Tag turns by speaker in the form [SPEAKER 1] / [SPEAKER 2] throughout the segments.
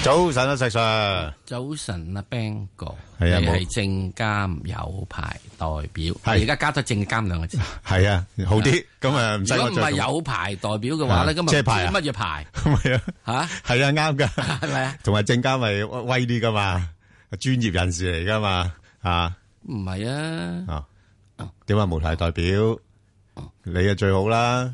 [SPEAKER 1] 早晨啊，石 Sir，
[SPEAKER 2] 早晨啊，Bang 哥，
[SPEAKER 1] 係啊
[SPEAKER 2] 你
[SPEAKER 1] 冇
[SPEAKER 2] 係證監有牌代表，
[SPEAKER 1] 係
[SPEAKER 2] 而家加多證監兩個字。
[SPEAKER 1] 系啊，好啲，咁啊唔使
[SPEAKER 2] 如
[SPEAKER 1] 我
[SPEAKER 2] 果唔
[SPEAKER 1] 再
[SPEAKER 2] 係
[SPEAKER 1] 做，
[SPEAKER 2] 有牌代表嘅話咧，
[SPEAKER 1] 係
[SPEAKER 2] 咁啊
[SPEAKER 1] 車牌啊
[SPEAKER 2] 唔知乜嘢牌
[SPEAKER 1] 系啊，
[SPEAKER 2] 吓？
[SPEAKER 1] 系啊，啱 噶，
[SPEAKER 2] 係咪啊？
[SPEAKER 1] 同埋證監咪威啲噶嘛，專業人士嚟噶嘛，啊
[SPEAKER 2] 唔係啊，
[SPEAKER 1] 啊，點啊無牌代表，你啊最好啦，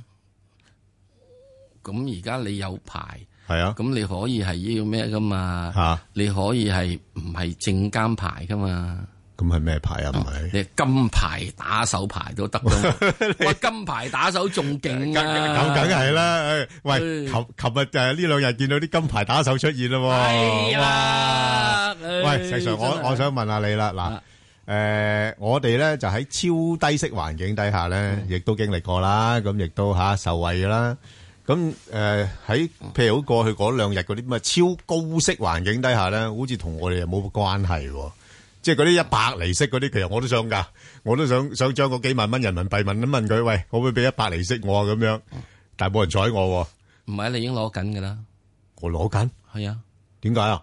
[SPEAKER 2] 咁而家你有牌，
[SPEAKER 1] 係啊，
[SPEAKER 2] 咁你可以係要咩噶嘛？
[SPEAKER 1] 吓
[SPEAKER 2] 你可以係唔係證監牌 噶嘛？
[SPEAKER 1] 咁係咩牌啊？唔係
[SPEAKER 2] 你係金牌打手牌都得 到，哇！金牌打手仲勁啊！
[SPEAKER 1] 咁梗係啦，唉喂，琴
[SPEAKER 2] 唉
[SPEAKER 1] 琴日就係呢兩日見到啲金牌打手出現啦喎，
[SPEAKER 2] 係啦，唉
[SPEAKER 1] 喂，石 Sir，我
[SPEAKER 2] 真係
[SPEAKER 1] 我想問下你啦，嗱
[SPEAKER 2] 啊，
[SPEAKER 1] 誒，我哋咧就喺超低息環境底下咧，亦都經歷過啦，咁亦都嚇受惠㗎啦。咁誒喺譬如好過去嗰兩日嗰啲咁嘅超高息環境底下咧，好似同我哋又冇關係喎。即係嗰啲一百厘息嗰啲，其實我都想㗎，我都想想將嗰幾萬蚊人民幣問一問佢，喂，可唔可以俾一百厘息我啊？咁樣，但係冇人睬我喎，
[SPEAKER 2] 唔係啊你已經攞緊噶啦，
[SPEAKER 1] 我攞緊，
[SPEAKER 2] 係啊。
[SPEAKER 1] 點解啊？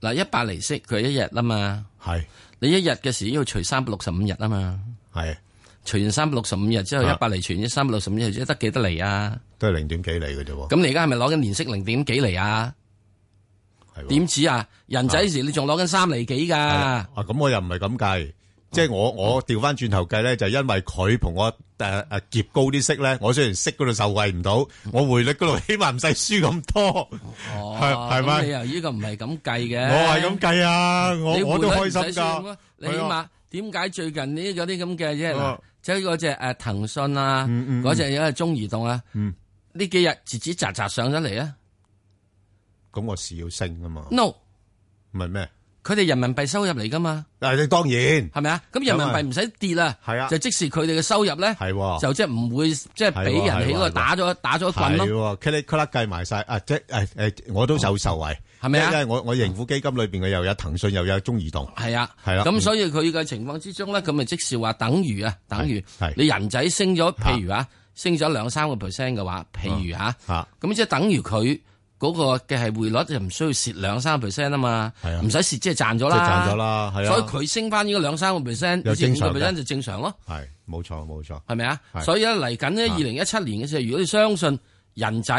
[SPEAKER 2] 嗱，一百厘息佢一日啊嘛，
[SPEAKER 1] 係
[SPEAKER 2] 你一日嘅時要除三百六十五日啊嘛，
[SPEAKER 1] 係
[SPEAKER 2] 除完三百六十五日之後，
[SPEAKER 1] 啊
[SPEAKER 2] 一百厘除完三百六十五日之後，得幾多厘啊？
[SPEAKER 1] 都係零點幾厘嘅啫喎
[SPEAKER 2] 咁你而家係咪攞緊年息零點幾厘啊？
[SPEAKER 1] 係喎。
[SPEAKER 2] 點止啊？人仔時你仲攞緊三厘幾 㗎？
[SPEAKER 1] 啊，咁我又唔係咁計，即係我我調翻轉頭計咧，就因為佢同我誒誒夾高啲息咧，我雖然息嗰度受惠唔到，我匯率嗰度起碼唔使輸咁多，
[SPEAKER 2] 哦，
[SPEAKER 1] 係係咪
[SPEAKER 2] 咁你又呢個唔係咁計
[SPEAKER 1] 我
[SPEAKER 2] 嘅，
[SPEAKER 1] 係咁計啊，
[SPEAKER 2] 你
[SPEAKER 1] 我我
[SPEAKER 2] 匯
[SPEAKER 1] 都
[SPEAKER 2] 率
[SPEAKER 1] 開
[SPEAKER 2] 唔
[SPEAKER 1] 心
[SPEAKER 2] 使算
[SPEAKER 1] 㗎
[SPEAKER 2] 喎，你起
[SPEAKER 1] 係
[SPEAKER 2] 碼
[SPEAKER 1] 啊
[SPEAKER 2] 點解最近呢嗰啲咁嘅啫？嗱
[SPEAKER 1] 哦，
[SPEAKER 2] 即係嗰只誒騰訊啊，嗰只有中移動啊，
[SPEAKER 1] 嗯
[SPEAKER 2] 呢幾日節節雜雜上咗嚟啊
[SPEAKER 1] 咁我市要升啊嘛，
[SPEAKER 2] ？No，
[SPEAKER 1] 唔係咩？
[SPEAKER 2] 佢哋人民幣收入嚟㗎嘛。
[SPEAKER 1] 但係當然
[SPEAKER 2] 系咪啊？咁人民幣唔使跌啦，
[SPEAKER 1] 係啊
[SPEAKER 2] 就即時佢哋嘅收入咧，
[SPEAKER 1] 係喎，
[SPEAKER 2] 就即係唔會即係俾人喺
[SPEAKER 1] 係喎
[SPEAKER 2] 嗰
[SPEAKER 1] 係
[SPEAKER 2] 度
[SPEAKER 1] 喎
[SPEAKER 2] 打咗打咗一
[SPEAKER 1] 係
[SPEAKER 2] 棍咯，
[SPEAKER 1] 喎，茄哩咔啦計埋晒啊！即係誒誒，我都受受惠，
[SPEAKER 2] 係咪
[SPEAKER 1] 因
[SPEAKER 2] 啊？
[SPEAKER 1] 為我我盈富基金裏邊嘅又有騰訊又有中移動，
[SPEAKER 2] 係啊，
[SPEAKER 1] 係啦嗯
[SPEAKER 2] 咁所以佢嘅情況之中咧，咁咪即時話等於啊，等於
[SPEAKER 1] 係係
[SPEAKER 2] 你人仔升咗，
[SPEAKER 1] 嚇
[SPEAKER 2] 譬如啊，升咗兩三個 percent 嘅話，譬如啊，
[SPEAKER 1] 嚇
[SPEAKER 2] 咁即係等於佢嗰個嘅係匯率就唔需要蝕兩三個 percent 啊嘛
[SPEAKER 1] 係啊，
[SPEAKER 2] 唔使蝕即係賺咗
[SPEAKER 1] 即係賺咗
[SPEAKER 2] 啦，
[SPEAKER 1] 啦，係
[SPEAKER 2] 所以
[SPEAKER 1] 啊，
[SPEAKER 2] 佢升翻呢個兩三個 percent，
[SPEAKER 1] 又正常
[SPEAKER 2] 五個
[SPEAKER 1] 嘅
[SPEAKER 2] percent 就正常咯。
[SPEAKER 1] 係冇錯冇錯。
[SPEAKER 2] 系咪啊
[SPEAKER 1] 係？啊
[SPEAKER 2] 所以咧嚟緊呢，二零一七年嘅時候，如果你相信人仔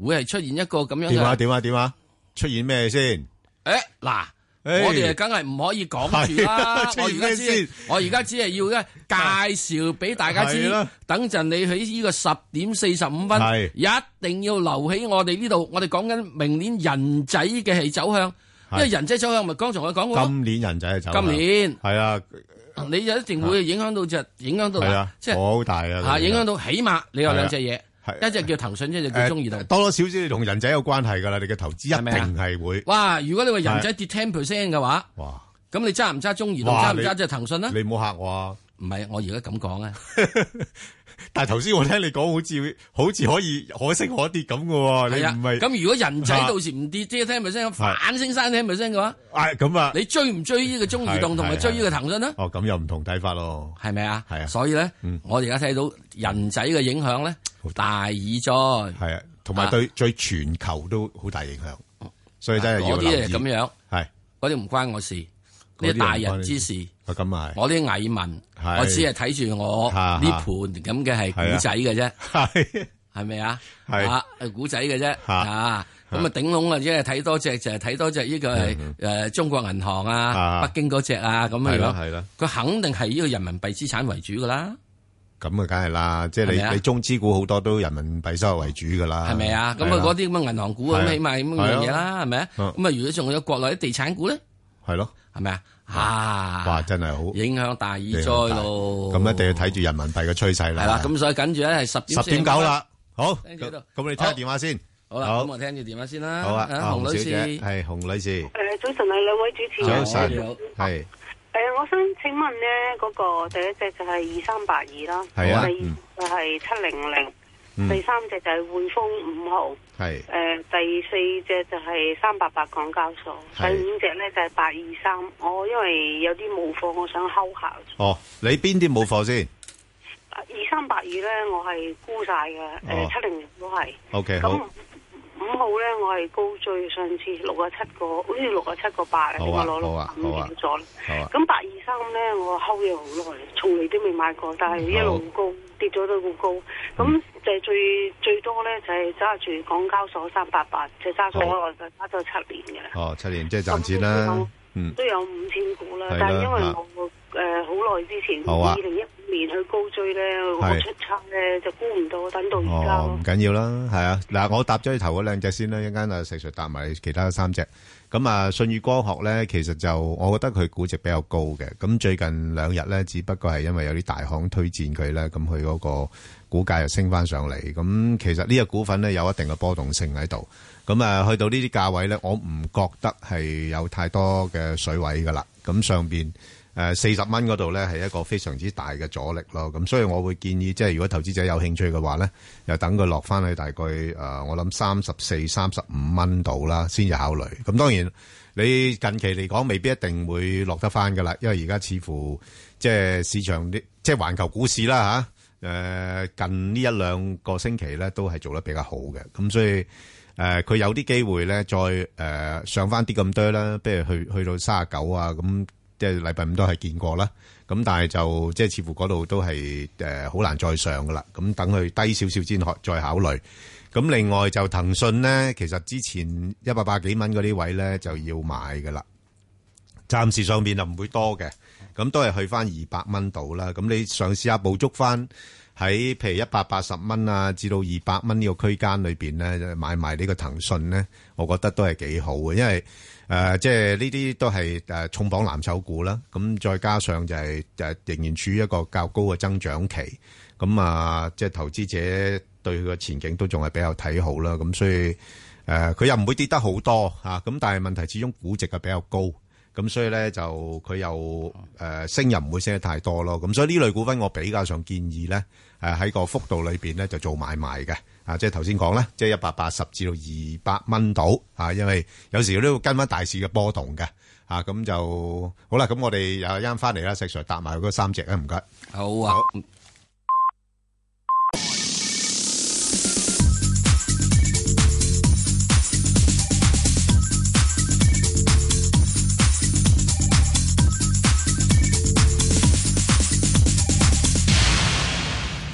[SPEAKER 2] 會係出現一個咁樣
[SPEAKER 1] 點啊
[SPEAKER 2] 嘅，
[SPEAKER 1] 點啊點啊！出現咩先？
[SPEAKER 2] 诶嗱，
[SPEAKER 1] 誒
[SPEAKER 2] 我哋啊梗係唔可以講住
[SPEAKER 1] 係。
[SPEAKER 2] 啦我
[SPEAKER 1] 哎 出現
[SPEAKER 2] 而家
[SPEAKER 1] 咩
[SPEAKER 2] 只
[SPEAKER 1] 先，啊
[SPEAKER 2] 我而家只係要 咧介紹俾大家
[SPEAKER 1] 係
[SPEAKER 2] 知
[SPEAKER 1] 啦。
[SPEAKER 2] 等陣你喺呢個十點四十五分
[SPEAKER 1] 係，
[SPEAKER 2] 一定要留喺我哋呢度。我哋講緊明年人仔嘅係走向，因
[SPEAKER 1] 係
[SPEAKER 2] 為人仔走向咪剛才我講過咯。
[SPEAKER 1] 今年人仔就走啦
[SPEAKER 2] 今年
[SPEAKER 1] 係啊
[SPEAKER 2] 你就一定會影響到就影響到
[SPEAKER 1] 係啊，
[SPEAKER 2] 即係
[SPEAKER 1] 好大啊！
[SPEAKER 2] 嚇影響到起碼你有兩隻嘢，
[SPEAKER 1] 係啊
[SPEAKER 2] 一隻叫騰訊，一隻叫
[SPEAKER 1] 誒
[SPEAKER 2] 中移動。
[SPEAKER 1] 多多少少同人仔有關係㗎啦，你嘅投資
[SPEAKER 2] 係
[SPEAKER 1] 一
[SPEAKER 2] 咪啊
[SPEAKER 1] 定係會
[SPEAKER 2] 哇！如果你話人仔跌 ten percent 嘅話，
[SPEAKER 1] 哇！
[SPEAKER 2] 咁你揸唔揸中移動？
[SPEAKER 1] 哇
[SPEAKER 2] 揸唔揸即係騰訊啦？
[SPEAKER 1] 你唔好嚇我啊！
[SPEAKER 2] 唔係，我而家咁講啊，
[SPEAKER 1] 但係頭先我聽你講，好似好似可以可升可跌咁嘅喎，你
[SPEAKER 2] 係啊。
[SPEAKER 1] 唔係
[SPEAKER 2] 咁如果人仔
[SPEAKER 1] 啊
[SPEAKER 2] 到時唔跌即係 ten percent，
[SPEAKER 1] 係
[SPEAKER 2] 反升三 ten percent 嘅話，
[SPEAKER 1] 啊咁啊？
[SPEAKER 2] 你追唔追呢個中移動
[SPEAKER 1] 係
[SPEAKER 2] 同埋
[SPEAKER 1] 係
[SPEAKER 2] 追呢個騰訊呢？啊
[SPEAKER 1] 哦，咁又唔同睇法咯，
[SPEAKER 2] 係咪啊？
[SPEAKER 1] 係啊
[SPEAKER 2] 所以咧
[SPEAKER 1] 嗯，
[SPEAKER 2] 我而家睇到人仔嘅影響咧
[SPEAKER 1] 好
[SPEAKER 2] 大以災。
[SPEAKER 1] 係啊，同埋
[SPEAKER 2] 啊
[SPEAKER 1] 對對全球都好大影響，所以真係要
[SPEAKER 2] 嗰
[SPEAKER 1] 留
[SPEAKER 2] 啲係
[SPEAKER 1] 意。
[SPEAKER 2] 咁樣，
[SPEAKER 1] 係啊
[SPEAKER 2] 嗰啲唔關我事，呢
[SPEAKER 1] 嗰啲
[SPEAKER 2] 啲大
[SPEAKER 1] 又唔關
[SPEAKER 2] 人
[SPEAKER 1] 你
[SPEAKER 2] 之事。
[SPEAKER 1] 啊，咁啊
[SPEAKER 2] 我啲蟻民，
[SPEAKER 1] 係
[SPEAKER 2] 我啊只係睇住我
[SPEAKER 1] 嚇
[SPEAKER 2] 呢盤咁嘅係
[SPEAKER 1] 係啊
[SPEAKER 2] 古仔嘅啫。
[SPEAKER 1] 係係
[SPEAKER 2] 系咪啊？
[SPEAKER 1] 係
[SPEAKER 2] 啊，係古仔嘅啫
[SPEAKER 1] 嚇
[SPEAKER 2] 啊！咁啊，頂籠啊，即係睇多隻就係睇多隻呢個係誒中國銀行啊，
[SPEAKER 1] 嗯啊
[SPEAKER 2] 北京嗰只啊咁樣
[SPEAKER 1] 係啦
[SPEAKER 2] 樣，
[SPEAKER 1] 係啦。
[SPEAKER 2] 佢肯定係呢個人民幣資產為主噶啦，
[SPEAKER 1] 咁啊，梗係啦，即係你
[SPEAKER 2] 係咪啊
[SPEAKER 1] 你中資股好多都人民幣收入為主噶啦，
[SPEAKER 2] 係咪啊？咁
[SPEAKER 1] 係
[SPEAKER 2] 啊，
[SPEAKER 1] 啦
[SPEAKER 2] 嗰啲咁嘅銀行股
[SPEAKER 1] 係
[SPEAKER 2] 咁
[SPEAKER 1] 啊
[SPEAKER 2] 起碼咁樣嘢啦，係咪啊？
[SPEAKER 1] 嗯
[SPEAKER 2] 咁啊，如果仲有國內啲地產股咧，
[SPEAKER 1] 係咯，
[SPEAKER 2] 係咪啊？啊
[SPEAKER 1] 哇，，真係好，
[SPEAKER 2] 影響大以災咯。
[SPEAKER 1] 咁一定要睇住人民幣嘅趨勢啦。
[SPEAKER 2] 係啦，咁所以跟住咧係十點
[SPEAKER 1] 十點九，啦，好，
[SPEAKER 2] 聽住
[SPEAKER 1] 咁
[SPEAKER 2] 呢
[SPEAKER 1] 咁
[SPEAKER 2] 度
[SPEAKER 1] 你聽下電話先，
[SPEAKER 2] 好啦，
[SPEAKER 1] 好
[SPEAKER 2] 咁我聽住電話先啦。
[SPEAKER 1] 好啊，阿
[SPEAKER 2] 洪
[SPEAKER 1] 洪
[SPEAKER 2] 女
[SPEAKER 1] 小姐
[SPEAKER 2] 士，
[SPEAKER 1] 係洪女士，
[SPEAKER 3] 誒，早晨啊，兩位主持
[SPEAKER 1] 早
[SPEAKER 3] 人。
[SPEAKER 1] 晨
[SPEAKER 2] 你好，
[SPEAKER 1] 係
[SPEAKER 3] 誒，我想請問咧，嗰個第一隻就係二三八二啦，
[SPEAKER 1] 係啊
[SPEAKER 3] 第二就係七零零，
[SPEAKER 1] 嗯
[SPEAKER 3] 第三隻就係匯豐五號，
[SPEAKER 1] 係
[SPEAKER 3] 誒，第四隻就係三八八港交所，第
[SPEAKER 1] 係
[SPEAKER 3] 五隻咧就係八二三。我因為有啲冇貨，我想睺下。
[SPEAKER 1] 哦，你邊啲冇貨先
[SPEAKER 3] 二三八二咧，我係沽晒嘅，
[SPEAKER 1] 哦
[SPEAKER 3] 誒七零零都係。
[SPEAKER 1] ？OK，好
[SPEAKER 3] 咁，五五號咧，我係高追上次六啊七個，好似六啊七個八啊，
[SPEAKER 1] 好
[SPEAKER 3] 點解
[SPEAKER 1] 啊
[SPEAKER 3] 攞
[SPEAKER 1] 好
[SPEAKER 3] 六
[SPEAKER 1] 啊
[SPEAKER 3] 五
[SPEAKER 1] 好啊
[SPEAKER 3] 秒咗啦？
[SPEAKER 1] 好啊，
[SPEAKER 3] 咁八二三咧，我睺咗好耐，從嚟都未買過，但係一路高跌咗都好高。咁就係最最多咧，就係揸住港交所三八八，就揸咗
[SPEAKER 1] 好
[SPEAKER 3] 我就揸咗七年嘅啦。
[SPEAKER 1] 哦，七年即係賺錢啦，嗯，
[SPEAKER 3] 都有五千股啦
[SPEAKER 1] 係啦，
[SPEAKER 3] 但係因為
[SPEAKER 1] 啊
[SPEAKER 3] 我誒好耐之前，
[SPEAKER 1] 好啊
[SPEAKER 3] 二零一五年去高追咧，我
[SPEAKER 1] 係
[SPEAKER 3] 出差咧就估唔到，等到而家
[SPEAKER 1] 哦，
[SPEAKER 3] 咯
[SPEAKER 1] 唔。緊要啦，係啊，嗱，我搭咗你頭嗰兩隻先啦，一間啊石 Sir 搭埋其他三隻。咁啊，信宇光學咧，其實就我覺得佢估值比較高嘅。咁最近兩日咧，只不過係因為有啲大行推薦佢咧，咁佢嗰個股價又升翻上嚟。咁其實呢個股份咧有一定嘅波動性喺度。咁啊，去到呢啲價位咧，我唔覺得係有太多嘅水位噶啦。咁上邊誒四十蚊嗰度咧係一個非常之大嘅阻力咯。咁所以我會建議，即係如果投資者有興趣嘅話咧，又等佢落翻去大概誒、呃我諗三十四、三十五蚊度啦，先至考慮。咁當然你近期嚟講，未必一定會落得翻噶啦，因為而家似乎即係市場啲即係環球股市啦嚇。誒、近呢一兩個星期咧，都係做得比較好嘅，咁所以誒佢、有啲機會咧，再誒、呃上翻啲咁多啦，譬如去去到三十九啊，咁即係禮拜五都係見過啦。咁但係就即係似乎嗰度都係誒好難再上噶啦，咁等佢低少少先可再考慮。咁另外就騰訊咧，其實之前一百八幾蚊嗰啲位咧就要買噶啦。暫時上面就唔會多嘅，咁都係去翻二百蚊度啦。咁你嘗試下捕捉翻喺譬如一百八十蚊啊，至到二百蚊呢個區間裏邊咧，買埋呢個騰訊咧，我覺得都係幾好嘅，因為誒、呃即係呢啲都係誒、呃重磅藍籌股啦。咁再加上就係、呃仍然處於一個較高嘅增長期，咁啊，即係投資者對佢個前景都仲係比較睇好啦。咁所以誒，呃佢、又唔會跌得好多嚇，啊咁、但係問題始終估值係比較高。咁所以咧就佢又誒、呃升又唔會升得太多咯，咁所以呢類股份我比較上建議咧誒喺個幅度裏邊咧就做買賣嘅，啊即係頭先講啦，即係一百八十至到二百蚊度啊，因為有時都要跟翻大市嘅波動嘅，啊咁就好啦，咁我哋又啱翻嚟啦，石 Sir 搭埋嗰三隻啊，唔該，
[SPEAKER 2] 好啊
[SPEAKER 1] 好，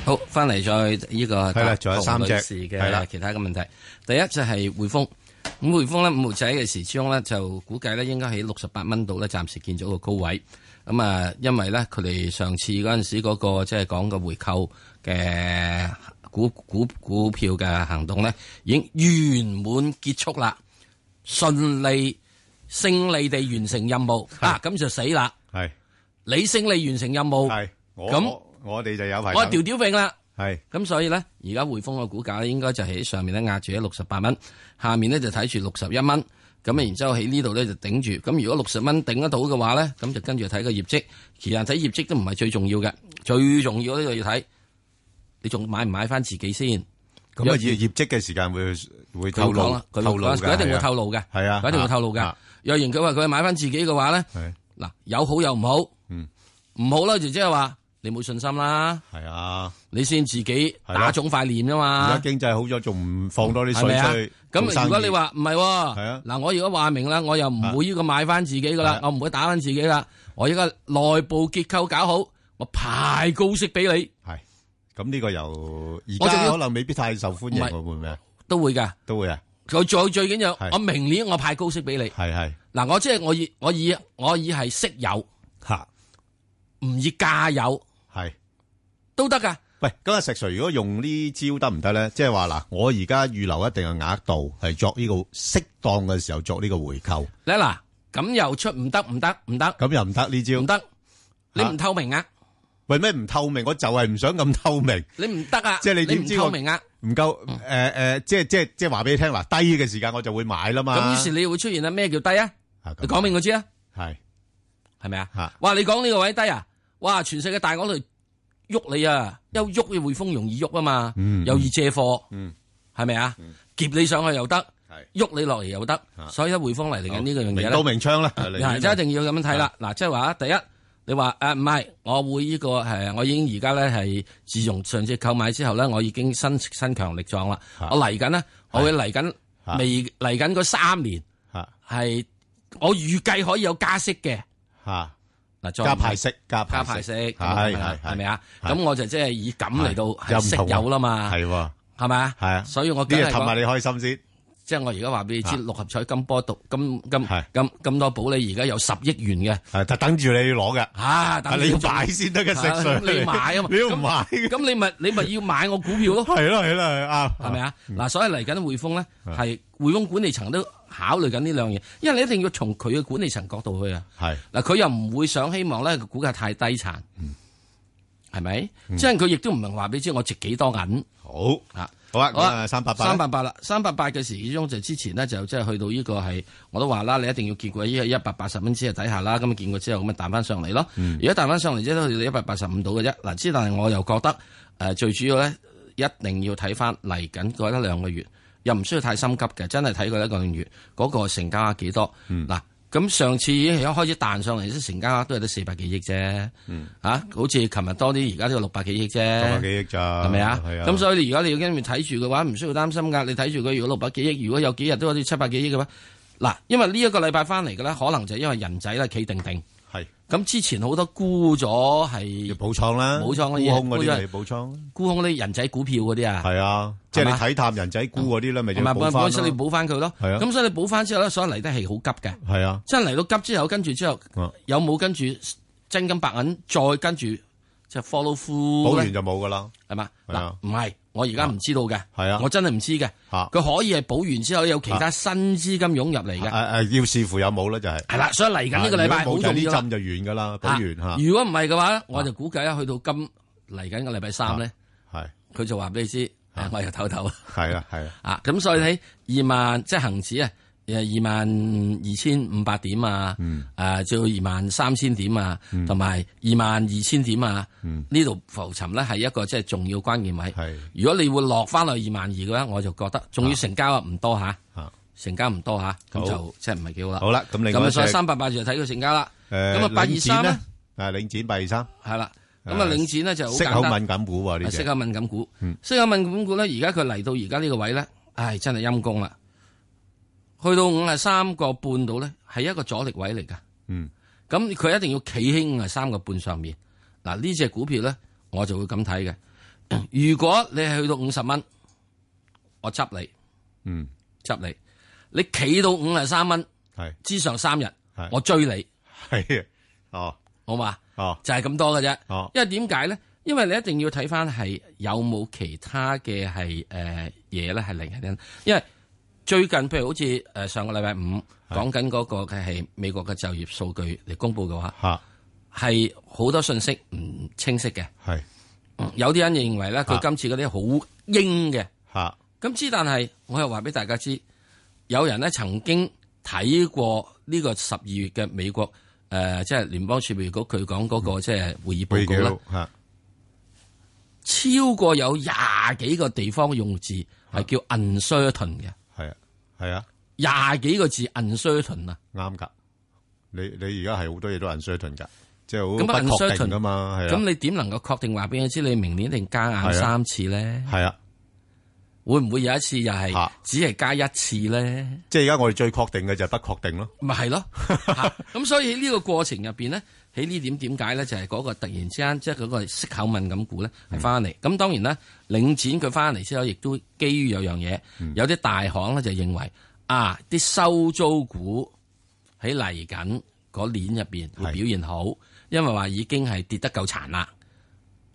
[SPEAKER 2] 好，翻嚟再呢個
[SPEAKER 1] 係啦仲有
[SPEAKER 2] 答
[SPEAKER 1] 三隻
[SPEAKER 2] 同類似
[SPEAKER 1] 係啦
[SPEAKER 2] 嘅其他嘅問題。第一就係匯豐，咁匯豐咧五毫仔嘅時鐘咧就估計咧應該喺六十八蚊度咧暫時見咗個高位。咁啊，因為咧佢哋上次嗰陣時嗰、個即係講嘅回購嘅股股股票嘅行動咧，已經圓滿結束啦，順利勝利地完成任務啊！咁就死啦，
[SPEAKER 1] 係
[SPEAKER 2] 你勝利完成任務，
[SPEAKER 1] 我
[SPEAKER 2] 咁
[SPEAKER 1] 我我哋就有排
[SPEAKER 2] 我
[SPEAKER 1] 等
[SPEAKER 2] 調調揈啦。
[SPEAKER 1] 係
[SPEAKER 2] 咁所以咧，而家匯豐嘅股價咧，應該就喺上面咧壓住喺六十八蚊，下面咧就睇住六十一蚊。咁啊，然之後喺呢度咧就頂住。咁如果六十蚊頂得到嘅話咧，咁就跟住睇個業績。其實睇業績都唔係最重要嘅，最重要呢就要睇你仲買唔買翻自己先。
[SPEAKER 1] 咁啊業業績嘅時間會會
[SPEAKER 2] 佢
[SPEAKER 1] 透
[SPEAKER 2] 會講
[SPEAKER 1] 露
[SPEAKER 2] 啦，佢
[SPEAKER 1] 透
[SPEAKER 2] 會
[SPEAKER 1] 露
[SPEAKER 2] 講佢一定會
[SPEAKER 1] 嘅
[SPEAKER 2] 透露嘅，
[SPEAKER 1] 係啊
[SPEAKER 2] 佢一定會透露嘅
[SPEAKER 1] 啊。
[SPEAKER 2] 若然佢話佢買翻自己嘅話咧，
[SPEAKER 1] 係
[SPEAKER 2] 嗱有好有唔好，
[SPEAKER 1] 嗯
[SPEAKER 2] 唔好啦就即係話你冇信心啦，
[SPEAKER 1] 係啊。
[SPEAKER 2] 你先自己
[SPEAKER 1] 係啦
[SPEAKER 2] 打腫塊臉啫嘛。
[SPEAKER 1] 而家經濟好咗，仲唔放多啲
[SPEAKER 2] 係咪
[SPEAKER 1] 水
[SPEAKER 2] 啊
[SPEAKER 1] 出去？做
[SPEAKER 2] 咁
[SPEAKER 1] 生
[SPEAKER 2] 如果你
[SPEAKER 1] 意
[SPEAKER 2] 話唔係喎，
[SPEAKER 1] 係啊
[SPEAKER 2] 嗱我如果話明啦，我又唔會呢個買翻自己噶
[SPEAKER 1] 係啊
[SPEAKER 2] 啦，我唔會打翻自己啦，我而家內部結構搞好，我派高息俾你
[SPEAKER 1] 係咁呢個由而
[SPEAKER 2] 我仲
[SPEAKER 1] 家
[SPEAKER 2] 要
[SPEAKER 1] 可能未必太受歡迎
[SPEAKER 2] 唔
[SPEAKER 1] 喎，
[SPEAKER 2] 係
[SPEAKER 1] 會唔會啊？
[SPEAKER 2] 都會噶。
[SPEAKER 1] 都會啊，
[SPEAKER 2] 佢最最緊要
[SPEAKER 1] 係，
[SPEAKER 2] 我明年我派高息俾你。
[SPEAKER 1] 係係
[SPEAKER 2] 嗱，我即係我以我以我以係息友，
[SPEAKER 1] 吓
[SPEAKER 2] 唔以價友
[SPEAKER 1] 係。
[SPEAKER 2] 都得噶。
[SPEAKER 1] 喂，咁啊，石 Sir，如果用呢招得唔得咧？即係話嗱，我而家預留一定嘅額度，係作呢個適當嘅時候作呢個回購，
[SPEAKER 2] 你嗱咁又出唔得唔得唔得
[SPEAKER 1] 咁又唔得呢
[SPEAKER 2] 唔
[SPEAKER 1] 招？
[SPEAKER 2] 得，你唔透明啊，
[SPEAKER 1] 為咩唔透明？我就係唔想咁透明，
[SPEAKER 2] 你唔得啊，
[SPEAKER 1] 即係你點
[SPEAKER 2] 唔
[SPEAKER 1] 知
[SPEAKER 2] 透
[SPEAKER 1] 我
[SPEAKER 2] 明啊。
[SPEAKER 1] 唔夠誒誒，即係即係即係話俾你聽嗱，低嘅時間我就會買啦嘛。
[SPEAKER 2] 咁於是你會出現啊咩叫低啊？
[SPEAKER 1] 啊咁
[SPEAKER 2] 你講俾我知啊！
[SPEAKER 1] 係
[SPEAKER 2] 系咪
[SPEAKER 1] 嚇
[SPEAKER 2] 啊？哇！你講呢個位低啊！哇！全世界大鱷度喐你啊，一喐嘅匯豐容易喐啊嘛
[SPEAKER 1] 嗯，
[SPEAKER 2] 又易借貨，
[SPEAKER 1] 嗯
[SPEAKER 2] 係咪啊？劫你上去又得
[SPEAKER 1] 係，
[SPEAKER 2] 喐你落嚟又得
[SPEAKER 1] 嚇，
[SPEAKER 2] 所以一匯豐嚟嚟緊呢個樣
[SPEAKER 1] 明
[SPEAKER 2] 嘢
[SPEAKER 1] 刀
[SPEAKER 2] 咧，
[SPEAKER 1] 明槍啦，
[SPEAKER 2] 嗱，真係一定要咁樣睇啦。嗱，即係話第一，你話誒唔係，我會呢個誒，我已經而家咧係自從上次購買之後咧，我已經身身強力壯啦。
[SPEAKER 1] 嚇
[SPEAKER 2] 我嚟緊呢，我會嚟緊
[SPEAKER 1] 啊
[SPEAKER 2] 未嚟緊嗰三年
[SPEAKER 1] 吓
[SPEAKER 2] 係我預計可以有加息嘅。
[SPEAKER 1] 吓
[SPEAKER 2] 嗱，再
[SPEAKER 1] 加派息，加
[SPEAKER 2] 加
[SPEAKER 1] 派
[SPEAKER 2] 派
[SPEAKER 1] 息
[SPEAKER 2] 息，
[SPEAKER 1] 係係
[SPEAKER 2] 係
[SPEAKER 1] 係
[SPEAKER 2] 係咪啊？
[SPEAKER 1] 係
[SPEAKER 2] 咁我就即係以咁嚟到係
[SPEAKER 1] 又唔
[SPEAKER 2] 息
[SPEAKER 1] 同啊
[SPEAKER 2] 友啦嘛，
[SPEAKER 1] 係喎，
[SPEAKER 2] 係咪啊？
[SPEAKER 1] 係啊
[SPEAKER 2] 所以我梗
[SPEAKER 1] 呢個
[SPEAKER 2] 係
[SPEAKER 1] 氹下
[SPEAKER 2] 講
[SPEAKER 1] 你開心先，
[SPEAKER 2] 即係我而家話俾你知，
[SPEAKER 1] 啊
[SPEAKER 2] 六合彩金波毒金金
[SPEAKER 1] 係
[SPEAKER 2] 金金多寶你而家有十億元嘅，
[SPEAKER 1] 係就等住你攞嘅，
[SPEAKER 2] 啊，等
[SPEAKER 1] 你要
[SPEAKER 2] 仲
[SPEAKER 1] 買先得嘅
[SPEAKER 2] 啊
[SPEAKER 1] 食水，
[SPEAKER 2] 咁你買啊嘛
[SPEAKER 1] 你要唔
[SPEAKER 2] 咁
[SPEAKER 1] 買嘅，
[SPEAKER 2] 咁你咪你咪要買我股 票咯，
[SPEAKER 1] 係啦係啦，啱，
[SPEAKER 2] 係咪啊？嗱，所以嚟緊匯豐咧，
[SPEAKER 1] 啊
[SPEAKER 2] 係匯豐管理層都考慮緊呢兩樣嘢，因為你一定要從佢嘅管理層角度去啊。
[SPEAKER 1] 係
[SPEAKER 2] 嗱，佢又唔會想希望咧個股價太低殘，
[SPEAKER 1] 嗯
[SPEAKER 2] 係咪？即係佢亦都唔係話俾你知我值幾多銀
[SPEAKER 1] 好，
[SPEAKER 2] 啊。
[SPEAKER 1] 好啊，咁
[SPEAKER 2] 好啊
[SPEAKER 1] 啊三八八，
[SPEAKER 2] 三八八啦，三八八嘅時鐘就之前呢，就即係去到呢個係，我都話啦，你一定要見過呢個一百八十蚊之嘅底下啦，咁啊見過之後咁啊彈翻上嚟咯。
[SPEAKER 1] 嗯
[SPEAKER 2] 如果彈翻上嚟之後去到一百八十五度嘅啫。嗱，之但係我又覺得誒、呃最主要咧一定要睇翻嚟緊嗰一兩個月，又唔需要太心急嘅，真係睇佢一個月嗰、個成交額幾多。嗱、
[SPEAKER 1] 嗯
[SPEAKER 2] 咁上次已經係一開始彈上嚟，啲成交額都係得四百幾億啫。
[SPEAKER 1] 嗯
[SPEAKER 2] 啊好似琴日多啲，而家都有六百幾億啫。
[SPEAKER 1] 九百幾億咋，
[SPEAKER 2] 係咪啊？
[SPEAKER 1] 係啊，
[SPEAKER 2] 咁所以你而家你要跟住睇住嘅話，唔需要擔心噶。你睇住佢，如果六百幾億，如果有幾日都好似七百幾億嘅話，嗱，因為呢一個禮拜翻嚟嘅咧，可能就因為人仔咧企定定。
[SPEAKER 1] 係
[SPEAKER 2] 咁之前好多沽咗
[SPEAKER 1] 要
[SPEAKER 2] 係
[SPEAKER 1] 補倉啦，
[SPEAKER 2] 補倉嗰
[SPEAKER 1] 沽空嗰
[SPEAKER 2] 啲嘢啊沽
[SPEAKER 1] 啲
[SPEAKER 2] 咗
[SPEAKER 1] 嚟補倉啦。
[SPEAKER 2] 沽空啲人仔股票嗰啲啊，
[SPEAKER 1] 係啊，即係你
[SPEAKER 2] 係嘛
[SPEAKER 1] 睇淡人仔股嗰啲咧，咪
[SPEAKER 2] 同
[SPEAKER 1] 要
[SPEAKER 2] 埋
[SPEAKER 1] 補
[SPEAKER 2] 本
[SPEAKER 1] 翻
[SPEAKER 2] 本身你補翻佢咯。
[SPEAKER 1] 係啊
[SPEAKER 2] 咁所以你補翻之後咧，所以嚟得係好急嘅。
[SPEAKER 1] 係啊，
[SPEAKER 2] 真係嚟到急之後，跟住之後
[SPEAKER 1] 嗯
[SPEAKER 2] 有冇跟住真金白銀再跟住就 follow
[SPEAKER 1] 補
[SPEAKER 2] through
[SPEAKER 1] 完
[SPEAKER 2] 咧？
[SPEAKER 1] 就冇噶啦，
[SPEAKER 2] 係嘛？
[SPEAKER 1] 係啊
[SPEAKER 2] 嗱，唔係，我而家唔知道嘅，
[SPEAKER 1] 係啊
[SPEAKER 2] 我真係唔知嘅。
[SPEAKER 1] 嚇
[SPEAKER 2] 佢可以係補完之後有其他新資金湧入
[SPEAKER 1] 誒
[SPEAKER 2] 嚟嘅，
[SPEAKER 1] 誒，要視乎有冇啦，就係。啊
[SPEAKER 2] 係啦，所以嚟緊呢個禮拜
[SPEAKER 1] 如
[SPEAKER 2] 好
[SPEAKER 1] 果冇就
[SPEAKER 2] 重
[SPEAKER 1] 呢
[SPEAKER 2] 要啦
[SPEAKER 1] 針。就完噶啦，補完
[SPEAKER 2] 啊
[SPEAKER 1] 嚇，
[SPEAKER 2] 如果唔係嘅話，我就估計啊咧，去到今嚟緊個禮拜三咧，
[SPEAKER 1] 係
[SPEAKER 2] 佢就話俾你知，誒我又唞唞啦
[SPEAKER 1] 係啊係啊，
[SPEAKER 2] 啊，咁所以喺二萬即係恒指啊，誒二萬二千五百點啊，誒至到二萬三千點啊，同埋二萬二千點啊，呢度浮沉咧係一個即係重要關鍵位。
[SPEAKER 1] 係
[SPEAKER 2] 如果你會落翻去二萬二嘅話，我就覺得仲要成交啊唔多吓。
[SPEAKER 1] 嚇。
[SPEAKER 2] 成交唔多吓，
[SPEAKER 1] 好
[SPEAKER 2] 咁就即係唔係幾好啦。
[SPEAKER 1] 好啦咁另外
[SPEAKER 2] 咁
[SPEAKER 1] 一
[SPEAKER 2] 啊，
[SPEAKER 1] 隻
[SPEAKER 2] 所以三百八就睇佢成交啦。
[SPEAKER 1] 誒，
[SPEAKER 2] 咁啊，八二
[SPEAKER 1] 領展
[SPEAKER 2] 三
[SPEAKER 1] 呢？
[SPEAKER 2] 咧
[SPEAKER 1] 啊，領展823
[SPEAKER 2] 係啦，咁
[SPEAKER 1] 誒
[SPEAKER 2] 啊領展咧就好簡單，
[SPEAKER 1] 息口敏感股喎，呢隻。
[SPEAKER 2] 係息口啊敏感股，
[SPEAKER 1] 嗯
[SPEAKER 2] 息口敏感股咧，而家佢嚟到而家呢個位咧，唉，真係陰公啦。去到五啊三個半度咧，係一個阻力位嚟噶。
[SPEAKER 1] 嗯，
[SPEAKER 2] 咁佢一定要企喺五啊三個半上面。嗱，呢只股票咧，我就會咁睇嘅。 如果你係去到五十蚊，我執你
[SPEAKER 1] 嗯
[SPEAKER 2] 執你，你企到五啊三蚊。
[SPEAKER 1] 嗯，係，係，
[SPEAKER 2] 之上三日
[SPEAKER 1] 係，
[SPEAKER 2] 我追你，
[SPEAKER 1] 哦，哦，
[SPEAKER 2] 好嘛？就係咁多嘅啫。
[SPEAKER 1] 哦
[SPEAKER 2] 因為點解咧？因為你一定要睇翻係有冇其他嘅係誒呃嘢咧，係另一因。因為最近譬如好似誒、呃上個禮拜五講緊嗰個嘅係美國嘅就業數據嚟公佈嘅話，係好多信息唔清晰嘅。嗯有啲人認為咧，佢今次嗰啲好鷹
[SPEAKER 1] 嚇，係，
[SPEAKER 2] 嘅。
[SPEAKER 1] 嚇，嚇，係，
[SPEAKER 2] 咁之但係，我又話俾大家知，有人咧曾經睇過呢個十二月嘅美國誒、呃即係聯邦儲備局佢講嗰個即係嗯會議報告啦，超過有廿幾個地方用字
[SPEAKER 1] 啊
[SPEAKER 2] 係叫 uncertain 嘅，廿幾個字 uncertain
[SPEAKER 1] 係
[SPEAKER 2] 啊，
[SPEAKER 1] 啊，係啊，啱㗎。你-你而家係好多嘢都uncertain㗎，即係好
[SPEAKER 2] 咁啊，
[SPEAKER 1] 不確定
[SPEAKER 2] uncertain，
[SPEAKER 1] 㗎嘛，係啊，啊
[SPEAKER 2] 咁你點能夠確定話俾你知你明年一定加硬三次咧？會唔會有一次又係
[SPEAKER 1] 嚇
[SPEAKER 2] 只係加一次咧？
[SPEAKER 1] 係啊，即係而家我哋最確定嘅就係不確定咯。
[SPEAKER 2] 咪係 咯，嚇咁所以呢個過程入邊咧，喺呢點點解咧，就係、嗰個突然之間，即係嗰個息口敏感股咧係翻
[SPEAKER 1] 嗯
[SPEAKER 2] 嚟。咁當然啦，領展佢翻嚟之後，亦都基於有樣嘢，
[SPEAKER 1] 嗯
[SPEAKER 2] 有啲大行咧就認為啊，啲收租股喺嚟緊嗰年入邊會
[SPEAKER 1] 係
[SPEAKER 2] 表現好，因為話已經係跌得夠殘啦。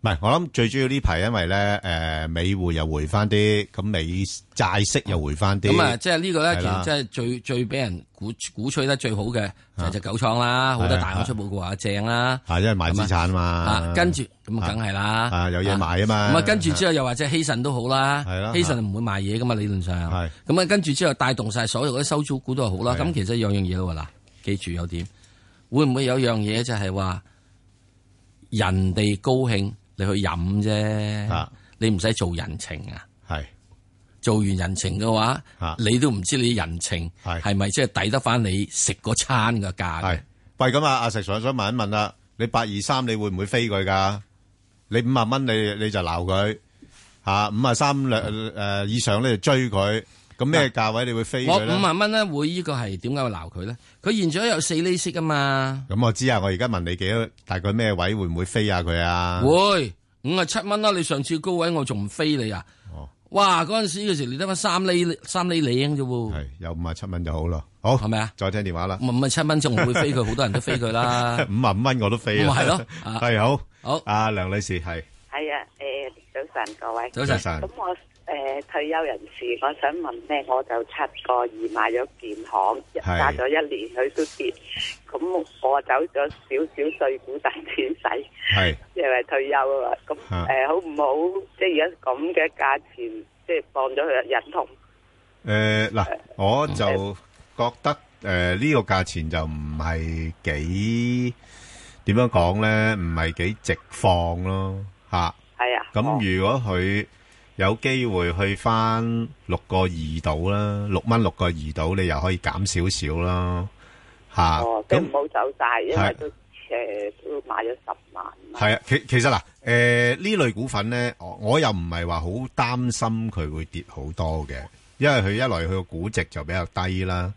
[SPEAKER 1] 唔係，我諗最主要呢排因為咧，誒、美匯又回翻啲，咁美債息又回翻啲，
[SPEAKER 2] 咁啊，即係呢個
[SPEAKER 1] 係
[SPEAKER 2] 咧，其
[SPEAKER 1] 啦
[SPEAKER 2] 實即係最最俾人鼓鼓吹得最好嘅就係只九倉啦，好多
[SPEAKER 1] 啊係
[SPEAKER 2] 大行出報告話正啦。
[SPEAKER 1] 啊，因為買資產嘛，
[SPEAKER 2] 啊，跟住咁啊梗係啦，
[SPEAKER 1] 啊有嘢買啊嘛
[SPEAKER 2] 咁啊跟住之後又或者希慎都好啦，
[SPEAKER 1] 係啦
[SPEAKER 2] 希慎唔會賣嘢噶嘛，理論上
[SPEAKER 1] 係
[SPEAKER 2] 咁啊跟住之後帶動晒所有嗰啲收租股都好啦。
[SPEAKER 1] 係啊
[SPEAKER 2] 咁其實有樣嘢喎嗱，記住有點，會唔會有樣嘢就係話人哋高興你去飲啫
[SPEAKER 1] 啊，
[SPEAKER 2] 你唔使做人情啊。
[SPEAKER 1] 係
[SPEAKER 2] 做完人情嘅話
[SPEAKER 1] 啊，
[SPEAKER 2] 你都唔知你人情
[SPEAKER 1] 係
[SPEAKER 2] 係咪即係抵得翻你食嗰餐嘅價嘅
[SPEAKER 1] 係。喂，咁啊，阿石 Sir 想問一問啦，你八二三你會唔會飛佢噶？你五萬蚊你你就鬧佢，吓五啊三兩誒以上咧就追佢，咁咩價位你會飛
[SPEAKER 2] 我
[SPEAKER 1] 佢
[SPEAKER 2] 五
[SPEAKER 1] 咧？
[SPEAKER 2] 萬蚊咧會呢個係點解會鬧佢咧？佢現咗有四厘息啊嘛，
[SPEAKER 1] 咁我知啊，我而家問你幾多，大概咩位會唔會飛下佢啊？
[SPEAKER 2] 會五啊七蚊啦！你上次高位我仲唔飛你啊？
[SPEAKER 1] 哦，
[SPEAKER 2] 哇！嗰陣時嘅時你得翻三厘三厘零啫喎，
[SPEAKER 1] 係有五啊七蚊就好咯。好，
[SPEAKER 2] 係咪啊？
[SPEAKER 1] 再聽電話啦，
[SPEAKER 2] 五啊七蚊仲會飛佢，好多人都飛 佢啦。
[SPEAKER 1] 五啊五蚊我都飛啦。
[SPEAKER 2] 咪係咯 啊
[SPEAKER 1] 係好。
[SPEAKER 2] 好，
[SPEAKER 1] 阿梁女士係
[SPEAKER 4] 系啊，诶、早晨各位。
[SPEAKER 2] 早
[SPEAKER 1] 早
[SPEAKER 2] 晨。
[SPEAKER 1] 晨
[SPEAKER 4] 咁，我诶、誒退休人士，我想問咧，我就七個二買咗建行，
[SPEAKER 1] 係
[SPEAKER 4] 揸咗一年佢都跌，咁我走咗少少碎股賺錢使，
[SPEAKER 1] 係
[SPEAKER 4] 因為退休啊嘛。咁
[SPEAKER 1] 啊
[SPEAKER 4] 诶、誒好唔好？即係而家咁嘅價錢，即係放咗佢忍痛。
[SPEAKER 1] 诶呃嗱，
[SPEAKER 4] 呃
[SPEAKER 1] 我就覺得诶呢個價錢就唔係幾點樣講咧，唔係幾直放咯吓。
[SPEAKER 4] 係啊，
[SPEAKER 1] 咁
[SPEAKER 4] 哦
[SPEAKER 1] 如果佢有機會去翻六個二度啦，六蚊六個二度，你又可以減少少啦，吓、
[SPEAKER 4] 哦，都唔
[SPEAKER 1] 啊咁
[SPEAKER 4] 好走晒，因為
[SPEAKER 1] 係
[SPEAKER 4] 都诶、都買咗十萬。
[SPEAKER 1] 係啊，其其實嗱，诶、呢類股份咧，我我又唔係話好擔心佢會跌好多嘅，因為佢一來佢個估值就比較低啦，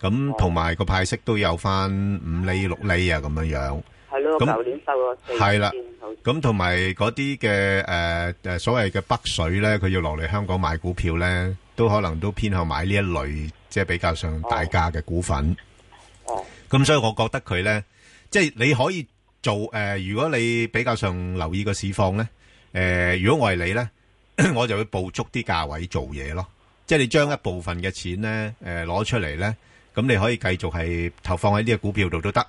[SPEAKER 1] 咁同埋個派息都有翻五厘六厘啊咁樣樣。
[SPEAKER 4] 係咯，
[SPEAKER 1] 咁
[SPEAKER 4] 舊年收咗四
[SPEAKER 1] 係啦
[SPEAKER 4] 千好似。
[SPEAKER 1] 咁同埋嗰啲嘅誒誒所謂嘅北水咧，佢要落嚟香港買股票咧，都可能都偏向買呢一類即係比較上大價嘅股份。
[SPEAKER 4] 哦，
[SPEAKER 1] 咁所以我覺得佢咧，即係你可以做誒、呃如果你比較上留意個市況咧，誒、如果我係你咧， 我就會捕捉啲價位做嘢咯。即係你將一部分嘅錢咧，誒攞出嚟咧，咁你可以繼續係投放喺呢個股票度都得